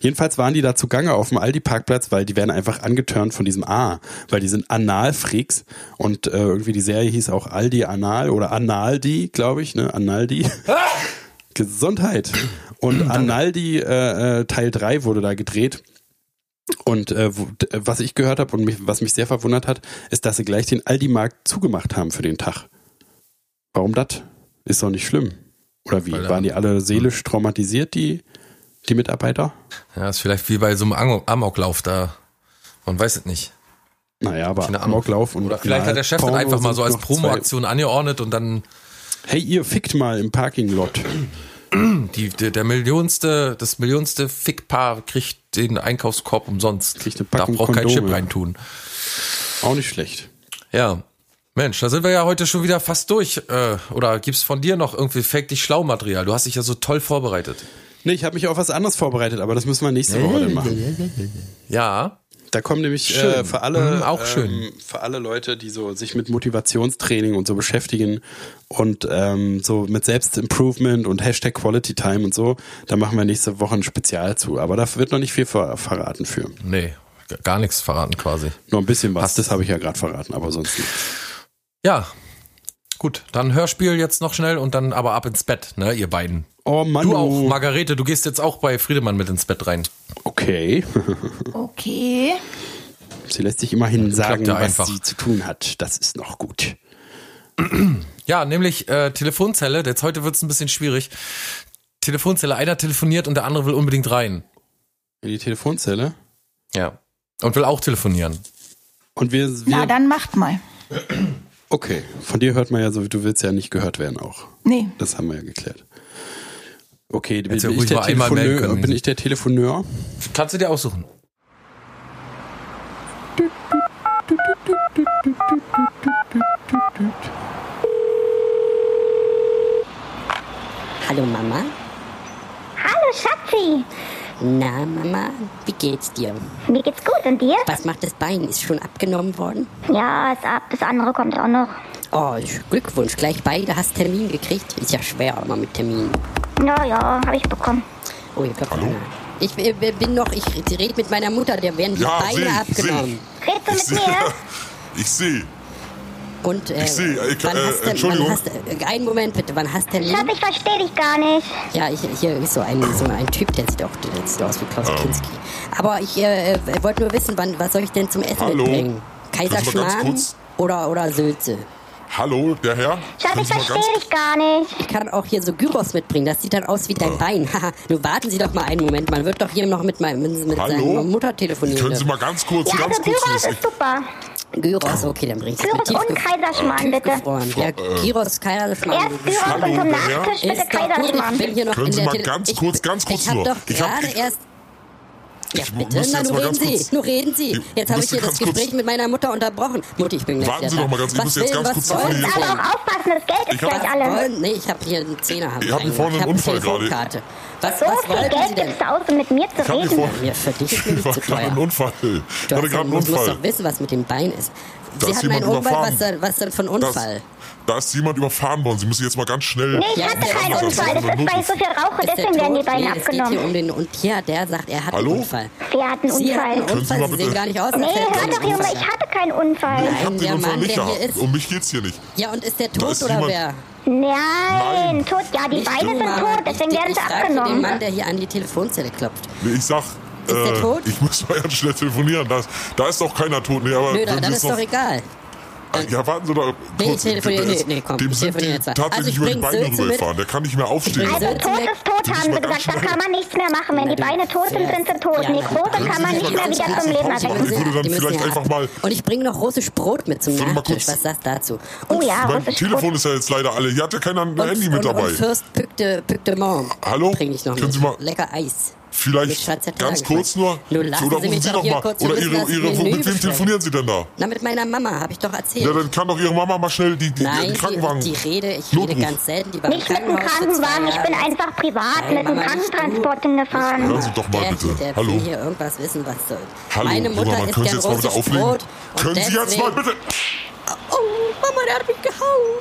S5: Jedenfalls waren die da zugange auf dem Aldi-Parkplatz, weil die werden einfach angetörnt von diesem A, weil die sind Analfreaks und äh, irgendwie die Serie hieß auch Aldi Anal oder Analdi, glaube ich, ne? Analdi. Gesundheit. Und Analdi äh, äh, Teil 3 wurde da gedreht. Und äh, wo- d- äh, was ich gehört habe und mich, was mich sehr verwundert hat, ist, dass sie gleich den Aldi-Markt zugemacht haben für den Tag. Warum das? Ist doch nicht schlimm. Oder wie?
S4: Weil, äh,
S5: Waren die alle seelisch traumatisiert, die, die Mitarbeiter?
S4: Ja, ist vielleicht wie bei so einem Ang- Amoklauf da. Man weiß es nicht.
S5: Naja, aber
S4: Keine Ahnung.
S5: Amoklauf und
S4: Oder vielleicht hat der Chef dann
S5: Porno
S4: einfach mal so als
S5: sind noch zwei-
S4: Promoaktion angeordnet und dann
S5: Hey, ihr fickt mal im Parking-Lot.
S4: die, der, der millionste, das millionste Fickpaar kriegt den Einkaufskorb umsonst.
S5: Kriegt eine
S4: da
S5: Packung
S4: braucht kein
S5: Kondome.
S4: Chip reintun.
S5: Auch nicht schlecht.
S4: Ja. Mensch, da sind wir ja heute schon wieder fast durch. Äh, oder gibt's von dir noch irgendwie fake dich schlau Material? Du hast dich ja so toll vorbereitet.
S5: Nee, ich habe mich auf was anderes vorbereitet, aber das müssen wir nächste Woche dann machen.
S4: Ja.
S5: Da kommen nämlich
S4: Schön.
S5: äh, für alle
S4: Mhm, auch schön.
S5: für alle Leute, die so sich mit Motivationstraining und so beschäftigen und ähm, so mit Selbstimprovement und Hashtag Quality Time und so, da machen wir nächste Woche ein Spezial zu. Aber da wird noch nicht viel ver verraten für.
S4: Nee, g- gar nichts verraten quasi.
S5: Nur ein bisschen was,
S4: Hast-
S5: das habe ich ja gerade verraten, aber sonst nicht.
S4: Ja. Gut, dann Hörspiel jetzt noch schnell und dann aber ab ins Bett, ne, ihr beiden.
S5: Oh Mann.
S4: Du auch, Margarete, du gehst jetzt auch bei Friedemann mit ins Bett rein.
S5: Okay. [laughs]
S6: Okay.
S5: sie lässt sich immerhin sagen,
S4: ja
S5: was
S4: einfach.
S5: sie zu tun hat. Das ist noch gut.
S4: Ja, nämlich äh, Telefonzelle. Jetzt heute wird's ein bisschen schwierig. Telefonzelle, einer telefoniert und der andere will unbedingt rein.
S5: In die Telefonzelle.
S4: Ja. Und will auch telefonieren.
S5: Und wir,
S6: Na,
S5: wir
S6: dann macht mal.
S5: Okay, von dir hört man ja so, du willst ja nicht gehört werden auch.
S6: Nee.
S5: Das haben wir ja geklärt. Okay, bin,
S4: Hättest ja
S5: ich
S4: ruhig
S5: der,
S4: mal einmal melden
S5: Telefoneur,
S4: können.
S5: bin ich der Telefoneur?
S4: Kannst du dir aussuchen.
S7: Hallo Mama.
S8: Hallo Schatzi,
S7: Na Mama, wie geht's dir?
S8: mir geht's gut und dir?
S7: Was macht das Bein? Ist schon abgenommen worden?
S8: Ja, ist ab, das andere kommt auch noch.
S7: Oh, Glückwunsch, gleich beide hast Termin gekriegt. Ist ja schwer aber mit Termin.
S8: Ja, ja, habe ich bekommen.
S7: Oh, hier kommt einer. Ich äh, bin noch, ich rede mit meiner Mutter, der werden
S9: Ja,
S7: beide
S9: seh ich,
S7: abgenommen.
S8: Redst
S9: Ich
S8: du
S9: [laughs] sehe.
S8: mit mir?
S9: Ich sehe.
S7: Und äh,
S9: Ich seh, äh,
S7: wann
S9: äh,
S7: hast du,
S9: Entschuldigung.
S7: Wann hast, du- äh, einen Moment bitte, wann hast du Termin?
S8: Schatz, ich verstehe dich gar nicht.
S7: Ja, ich, hier ist so ein, so ein Typ, der sieht auch der sieht aus wie Klaus
S9: Ah.
S7: Kinski. Aber ich äh, äh, wollte nur wissen, wann, was soll ich denn zum Essen
S9: Hallo?
S7: mitbringen?
S9: Kannst du mal ganz
S7: Kaiserschmarrn
S9: kurz-
S7: oder, oder Sülze?
S9: Hallo, der Herr?
S8: Schatz, ich
S9: Können Sie mal ganz-
S8: verstehe dich gar nicht.
S7: Ich kann auch hier so Gyros mitbringen. Das sieht dann aus wie
S9: Ah.
S7: dein Bein. [laughs] Haha, nun warten Sie doch mal einen Moment. Man wird doch hier noch mit, meinem- mit, mit
S9: Hallo?
S7: seiner Mutter telefonieren. ne?
S9: Können Sie mal ganz kurz,
S8: Ja,
S9: ganz
S8: also
S9: kurz
S8: Gyros
S9: los.
S8: ist super.
S7: Gyros, okay, dann bringst du
S8: Gyros und Kaiserschmarrn, bitte.
S7: Gefroren. Ja, Gyros, Kaiserschmarrn.
S8: Erst Gyros
S9: Äh. Hallo,
S8: und zum
S9: der Herr?
S8: Nachtisch bitte
S7: Ist doch gut, ich bin
S8: Kaiserschmarrn.
S7: hier noch
S9: Können
S7: in
S9: Sie
S7: der
S9: mal
S7: Tele-
S9: ganz
S7: ich-
S9: kurz, ganz kurz
S7: Ich hab
S9: nur.
S7: doch
S9: Ich hab-
S7: gerade
S9: ich-
S7: erst... Ja,
S9: Ich
S7: bitte,
S9: muss
S7: na,
S9: jetzt
S7: nun
S9: mal ganz
S7: reden Sie,
S9: kurz-
S7: nun reden Sie.
S9: Ich
S7: Jetzt habe ich
S9: muss
S7: hier das
S9: ganz kurz-
S7: Gespräch mit meiner Mutter unterbrochen. Mutti, ich bin gleich
S9: Warten
S7: wieder
S9: Sie
S7: da.
S9: doch mal ganz- ich
S7: Was
S9: muss jetzt
S7: will-
S9: ganz
S7: was
S9: kurz
S7: wollen
S9: telefonieren.
S7: Sie
S8: Aber
S7: denn?
S8: auch aufpassen, das Geld ist
S9: Ich hab-
S8: gleich alle.
S7: wollen? Nee, ich habe hier einen Zehner. Haben
S9: Ich hab hier
S7: einen.
S9: vorne
S7: ich
S9: einen
S7: hab
S9: Unfall gerade.
S7: Telefonkarte. Was,
S8: So
S7: was
S8: viel
S7: wollen Sie
S8: Geld
S7: denn?
S8: gibst du aus, um mit mir zu
S9: Ich hab hier vor-
S8: reden.
S7: Ja, für dich ist mir
S9: [laughs] Ich
S7: nicht
S9: war
S7: zu
S9: gerade einen
S7: teuer.
S9: Unfall. Ich
S7: Du
S9: hatte
S7: hast
S9: gerade
S7: ja,
S9: einen
S7: musst
S9: Unfall.
S7: doch wissen, was mit dem Bein ist.
S9: Da
S7: Sie
S9: ist
S7: hatten einen
S9: jemand
S7: Unfall, was
S9: überfahren.
S7: dann, was dann von
S9: Das-
S7: Unfall?
S9: Da ist jemand überfahren worden. Sie müssen jetzt mal ganz schnell.
S8: Nee, ich
S7: Ja,
S8: hatte
S7: ja,
S8: keinen
S7: das ist
S8: Unfall. Das
S9: unser
S8: ist, weil ich so viel rauche,
S7: Ist der
S8: deswegen werden die
S7: tot?
S8: Beinen
S7: nee, es geht hier um
S8: abgenommen.
S7: den und hier, der sagt, er hat
S9: Hallo?
S7: einen Unfall.
S8: Wir hatten einen
S7: Sie hatten einen
S8: Unfall.
S9: Können Sie
S7: Unfall,
S9: mal
S7: Sie
S9: bitte-
S7: sehen gar nicht aus. als
S8: Nee,
S7: hätten Sie
S8: hör
S7: einen
S8: doch, Junge,
S7: Unfall.
S8: ich hatte keinen Unfall.
S9: Ich hab
S7: Nein,
S9: den
S7: der
S9: Unfall
S7: Mann,
S9: nicht
S7: der
S9: gehabt.
S7: hier ist.
S9: Um mich geht's hier nicht.
S7: Ja, und ist der
S9: Da
S7: tot
S9: ist
S7: oder
S9: jemand-
S7: wer?
S8: Nein,
S9: Nein.
S8: tot, ja, die
S7: Nicht
S8: Beine
S7: du,
S8: sind
S7: Mama.
S8: tot, deswegen
S7: ich,
S8: werden
S7: ich
S8: sie
S7: frag für den
S8: abgenommen.
S7: Mann, der hier an die Telefonzelle klopft.
S9: Nee, Ich sag.
S7: Ist der
S9: äh,
S7: tot?
S9: Ich muss mal ganz schnell telefonieren. Da ist, da ist doch keiner tot. Nee, aber
S7: Nö,
S9: wenn
S7: dann, dann
S9: Sie
S7: ist
S9: jetzt
S7: doch
S9: noch-
S7: egal.
S9: Ja, warten Sie doch.
S7: Nee,
S9: kurz.
S7: ich telefoniere-
S9: Der ist-
S7: nee, nee, komm,
S9: Dem
S7: ich
S9: sind die
S7: telefoniere jetzt mal. Also
S9: tatsächlich
S7: ich
S9: über die
S7: bring
S9: Beine
S7: Sülze mit.
S9: rübergefahren. Der kann nicht mehr aufstehen.
S7: bring
S8: Also
S7: Sülze
S8: tot
S7: mit.
S8: ist tot,
S9: Die
S8: haben
S9: müssen
S8: sie
S9: wir ganz
S8: gesagt. Da
S9: schnell-
S8: kann man nichts mehr machen. Wenn die Beine tot sind, sind sie tot. Und die Quote kann man nicht mehr wieder zum Leben erwecken.
S9: Ich würde dann
S7: Die müssen
S9: vielleicht
S7: ja
S9: einfach
S7: ab.
S9: mal-
S7: Und ich bringe noch rotes Brot mit zum
S9: Warte mal
S7: Nachtisch.
S9: kurz.
S7: Was sagst du dazu?
S8: Oh ja,
S9: Mein
S8: russisch
S9: Telefon ist ja jetzt leider alle. Hier hat ja keiner ein
S7: und,
S9: Handy mit
S7: und,
S9: dabei.
S7: Und Fürst Pückte, Pückte Morgen.
S9: Hallo?
S7: Bring ich noch
S9: Können
S7: mit.
S9: Sie mal-
S7: Lecker Eis. Mit
S9: Vielleicht
S7: Schweizer
S9: ganz
S7: Tagebuch.
S9: kurz nur.
S7: Nun lassen
S9: oder
S7: Sie mich
S9: rufen Sie
S7: doch
S9: doch
S7: hier
S9: mal.
S7: kurz
S9: Oder
S7: wissen,
S9: Ihre,
S7: dass ich
S9: ihre
S7: Menü
S9: wo, mit wem
S7: bestelle.
S9: telefonieren Sie denn da?
S7: Na, mit meiner Mama, habe ich doch erzählt.
S9: Ja, dann kann doch Ihre Mama mal schnell die, die,
S7: Nein,
S9: den Krankenwagen.
S7: die, die rede, ich
S9: Notruf.
S7: rede ganz selten. Die war im
S8: Nicht mit dem
S7: Krankenhaus vor zwei
S8: Krankenwagen, ich bin
S7: Jahren.
S8: einfach privat
S7: Nein,
S8: mit dem
S7: Mama, nicht
S8: Krankentransport
S7: du.
S8: hingefahren.
S9: Hören Sie doch mal
S7: der,
S9: bitte.
S7: Der
S9: Hallo.
S7: will hier irgendwas wissen, was soll.
S9: Hallo,
S7: Meine Mutter
S9: Brudermann,
S7: ist
S9: können Sie
S7: gern
S9: jetzt mal wieder
S7: russisch
S9: auflegen?
S7: Brot. und
S9: können Sie jetzt mal
S7: deswegen-
S9: bitte.
S7: Oh, Mama, der hat mich gehauen.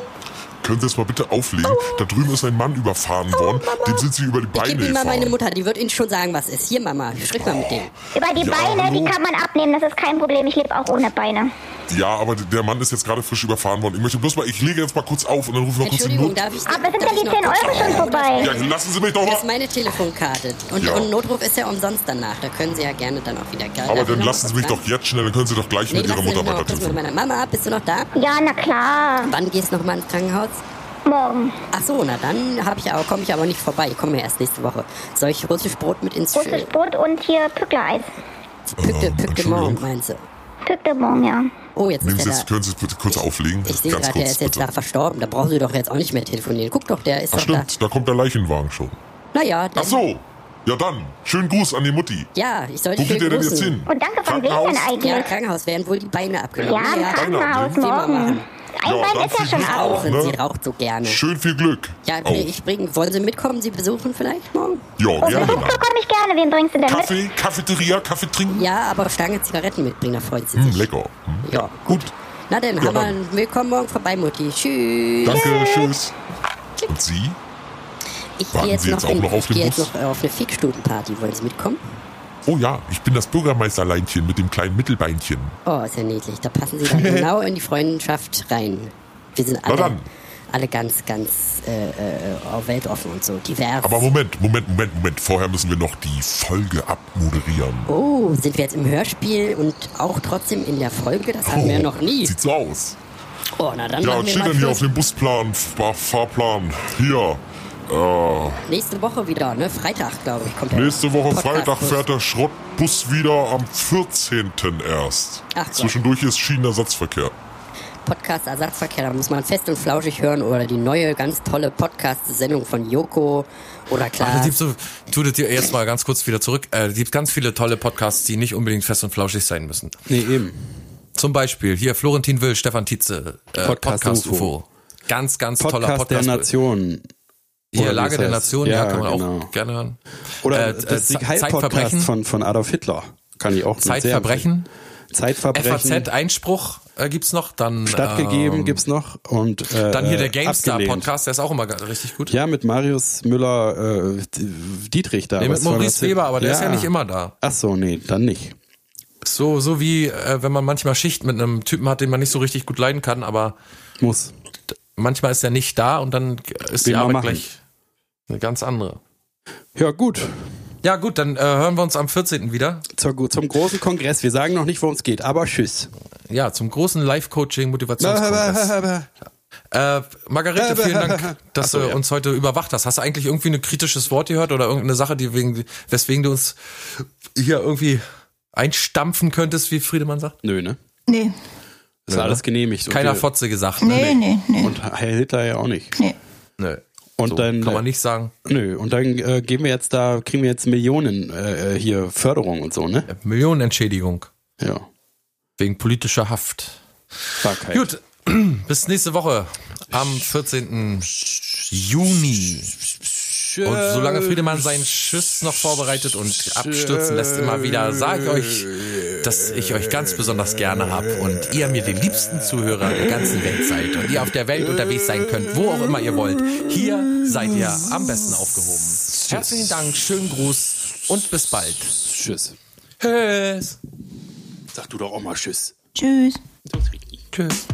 S9: Können Sie jetzt mal bitte auflegen? Da drüben ist ein Mann überfahren worden. Dem sind Sie über die
S7: Ich
S9: Beine
S7: gebe ihm mal meine
S9: gefahren.
S7: Mutter, die wird Ihnen schon sagen, was ist. Hier, Mama, sprich mal mit dem.
S8: Über die
S9: Ja,
S8: Beine, die
S9: hallo.
S8: kann man abnehmen, das ist kein Problem. Ich lebe auch ohne Beine.
S9: Ja, aber der Mann ist jetzt gerade frisch überfahren worden. Ich möchte bloß mal, ich lege jetzt mal kurz auf und dann rufen wir kurz den
S7: Entschuldigung,
S9: Not.
S7: darf ich
S8: Aber sind
S7: darf
S8: ja
S7: ich
S8: die
S7: noch
S8: 10
S7: kurz-
S8: Euro schon vorbei.
S9: Ja, lassen Sie mich doch
S7: Das ist
S9: mal.
S7: meine Telefonkarte. Und,
S9: Ja.
S7: und Notruf ist ja umsonst danach. Da können Sie ja gerne dann auch wieder Geld
S9: Aber
S7: dafür
S9: dann
S7: noch
S9: lassen Sie mich
S7: bezahlen.
S9: doch jetzt schnell, dann können Sie doch gleich
S7: Nee,
S9: mit Ihrer
S7: lassen Sie
S9: Mutter
S7: mich noch kurz mit
S9: weitertelefonen.
S7: meiner Mama. Bist du noch da?
S8: Ja, na klar.
S7: Wann gehst du nochmal ins Krankenhaus?
S8: Morgen.
S7: Ach so, na dann hab ich aber, komme ich aber nicht vorbei. Ich komme ja erst nächste Woche. Soll ich russisch Brot mit ins
S8: Russisch Brot und hier Pückler-Eis.
S7: Pückte,
S9: Ähm,
S7: pückte
S9: Entschuldigung.
S7: morgen, meinst du?
S8: Pücklerbaum, ja.
S7: Oh, jetzt
S9: Nehmen
S7: ist
S9: Sie
S7: er
S9: jetzt,
S7: da.
S9: können Sie es bitte kurz auflegen?
S7: Ich sehe
S9: Ganz
S7: gerade, der
S9: kurz,
S7: ist jetzt
S9: bitte.
S7: da verstorben. Da brauchen Sie doch jetzt auch nicht mehr telefonieren. Guck doch, der ist
S9: Ach
S7: doch da.
S9: stimmt, da kommt der Leichenwagen schon.
S7: Naja,
S9: Ach so. Ja dann, schönen Gruß an die Mutti.
S7: Ja, ich sollte
S9: Wo geht
S7: schön
S9: der denn jetzt
S7: grüßen.
S9: hin?
S8: Und danke, von wem denn eigentlich?
S7: Ja, Krankenhaus werden wohl die Beine
S8: Ja,
S7: abgenommen.
S8: im Krankenhaus
S9: Gehen wir
S7: machen.
S8: morgen. Ein
S9: Ja,
S8: Bein
S9: dann
S8: ist ja
S9: viel
S8: schon
S9: Glück
S8: auf.
S9: auch.
S7: Rauchen,
S9: ne?
S7: sie raucht so gerne.
S9: Schön viel Glück.
S7: Ja,
S9: Oh.
S7: ich bringe, wollen Sie mitkommen, Sie besuchen vielleicht morgen?
S9: Ja,
S8: Besuch
S9: gerne.
S8: bekomme ich gerne. Wen bringst du denn mit?
S9: Kaffee, Kaffeeteria, Kaffee trinken.
S7: Ja, aber Stange Zigaretten mitbringen, da freut sie
S9: Hm,
S7: sich.
S9: lecker. Hm.
S7: Ja,
S9: Gut.
S7: Na denn,
S9: Ja,
S7: Hammer,
S9: dann.
S7: willkommen morgen vorbei, Mutti. Tschüss.
S9: Danke, tschüss. Und Sie?
S7: Ich
S9: Warten
S7: gehe jetzt,
S9: Sie jetzt
S7: noch
S9: auch
S7: in-
S9: noch auf
S7: ich
S9: den
S7: gehe jetzt
S9: Bus?
S7: noch äh, auf eine Fickstutenparty. Wollen Sie mitkommen?
S9: Oh ja, ich bin das Bürgermeisterleinchen mit dem kleinen Mittelbeinchen.
S7: Oh, ist ja niedlich. Da passen Sie
S9: [laughs]
S7: dann genau in die Freundschaft rein. Wir sind
S9: Na
S7: alle,
S9: dann.
S7: alle ganz, ganz äh, äh, äh, weltoffen und so divers.
S9: Aber Moment, Moment, Moment, Moment. Vorher müssen wir noch die Folge abmoderieren.
S7: oh, sind wir jetzt im Hörspiel und auch trotzdem in der Folge? Das hatten wir ja noch nie.
S9: Oh, Sieht so aus.
S7: Oh, na dann
S9: Ja,
S7: machen
S9: was
S7: wir
S9: steht
S7: mal
S9: denn hier auf
S7: Schluss.
S9: dem Busplan, F- Fahr- Fahrplan? Hier. Äh,
S7: Nächste Woche wieder, ne? Freitag, glaube ich, kommt der
S9: nächste Woche
S7: Podcast
S9: Freitag
S7: los.
S9: fährt der Schrottbus wieder am 14. erst.
S7: Ach Gott.
S9: Zwischendurch ist Schienenersatzverkehr.
S7: Podcast Ersatzverkehr, da muss man fest und flauschig hören oder die neue ganz tolle Podcast-Sendung von Joko oder
S4: Ach, es
S7: klar.
S4: gibt Äh, so, tu das dir jetzt mal ganz kurz wieder zurück. Äh, es gibt ganz viele tolle Podcasts, die nicht unbedingt fest und flauschig sein müssen.
S5: Nee, eben.
S4: Zum Beispiel hier Florentin Will, Stefan Tietze, äh,
S5: Podcast
S4: Podcast, UFO.
S5: UFO.
S4: Ganz, ganz toller
S5: Podcast,
S4: Podcast.
S5: der Nation.
S4: Hier
S5: Oder wie
S4: Lage
S5: es
S4: der
S5: heißt. genau.
S4: Nation, ja, kann man auch gerne hören.
S5: Oder
S4: Äh,
S5: das
S4: äh,
S5: äh, Heil-Podcast
S4: Zeitverbrechen.
S5: von, von Adolf Hitler. Kann ich auch sehr
S4: Zeitverbrechen.
S5: empfehlen. Zeitverbrechen.
S4: FAZ Einspruch äh, gibt's noch, dann
S5: stattgegeben
S4: ähm,
S5: gibt's noch und äh,
S4: Dann hier der
S5: äh,
S4: GameStar
S5: abgelehnt.
S4: Podcast, der ist auch immer ga- richtig gut.
S5: Ja, mit Marius Müller äh, Dietrich da.
S4: Nee,
S5: aber
S4: mit
S5: es war
S4: Maurice
S5: was-
S4: Weber, aber der ist ja nicht immer da.
S5: Ach so, nee, dann nicht.
S4: So, so wie äh, wenn man manchmal Schicht mit einem Typen hat, den man nicht so richtig gut leiden kann, aber
S5: Muss.
S4: manchmal ist er nicht da und dann ist die
S5: Will man
S4: Arbeit
S5: machen.
S4: gleich eine ganz andere.
S5: Ja, gut.
S4: Ja, gut, dann äh, hören wir uns am 14. wieder.
S5: Zur, zum großen Kongress. Wir sagen noch nicht, worum es geht, aber tschüss.
S4: Ja, zum großen
S5: [laughs]
S4: Live-Coaching-Motivationskongress. Äh, Margarete, vielen [laughs] Dank, dass
S5: Ach so,
S4: du
S5: ja.
S4: uns heute überwacht hast. Hast du eigentlich irgendwie ein kritisches Wort gehört oder irgendeine Sache, die wegen, weswegen du uns hier irgendwie einstampfen könntest, wie Friedemann sagt?
S5: [laughs] Nö, ne?
S6: Nee,
S5: Ist alles genehmigt.
S4: ne? Keiner
S5: und, wir-
S4: Fotze gesagt.
S6: nee, nee, nee.
S5: Und Heil Hitler ja auch nicht.
S6: nee.
S4: Nö.
S5: Und
S4: So,
S5: dann, äh,
S4: kann man nicht sagen.
S5: Nö, und dann äh, geben wir jetzt da, kriegen wir jetzt Millionen äh, äh, hier Förderung und so, ne?
S4: Millionenentschädigung
S5: Ja.
S4: wegen politischer Haft.
S5: Barkeit.
S4: Gut, [clears throat] bis nächste Woche am 14. Juni. Und solange Friedemann seinen Schiss noch vorbereitet und abstürzen lässt immer wieder, sage ich euch, dass ich euch ganz besonders gerne habe und ihr mir die liebsten Zuhörer der ganzen Welt seid und ihr auf der Welt unterwegs sein könnt, wo auch immer ihr wollt. Hier seid ihr am besten aufgehoben. Herzlichen Dank, schönen Gruß und bis bald.
S5: Tschüss.
S4: Tschüss.
S5: Sag du doch auch mal Tschüss.
S6: Tschüss.
S4: Tschüss.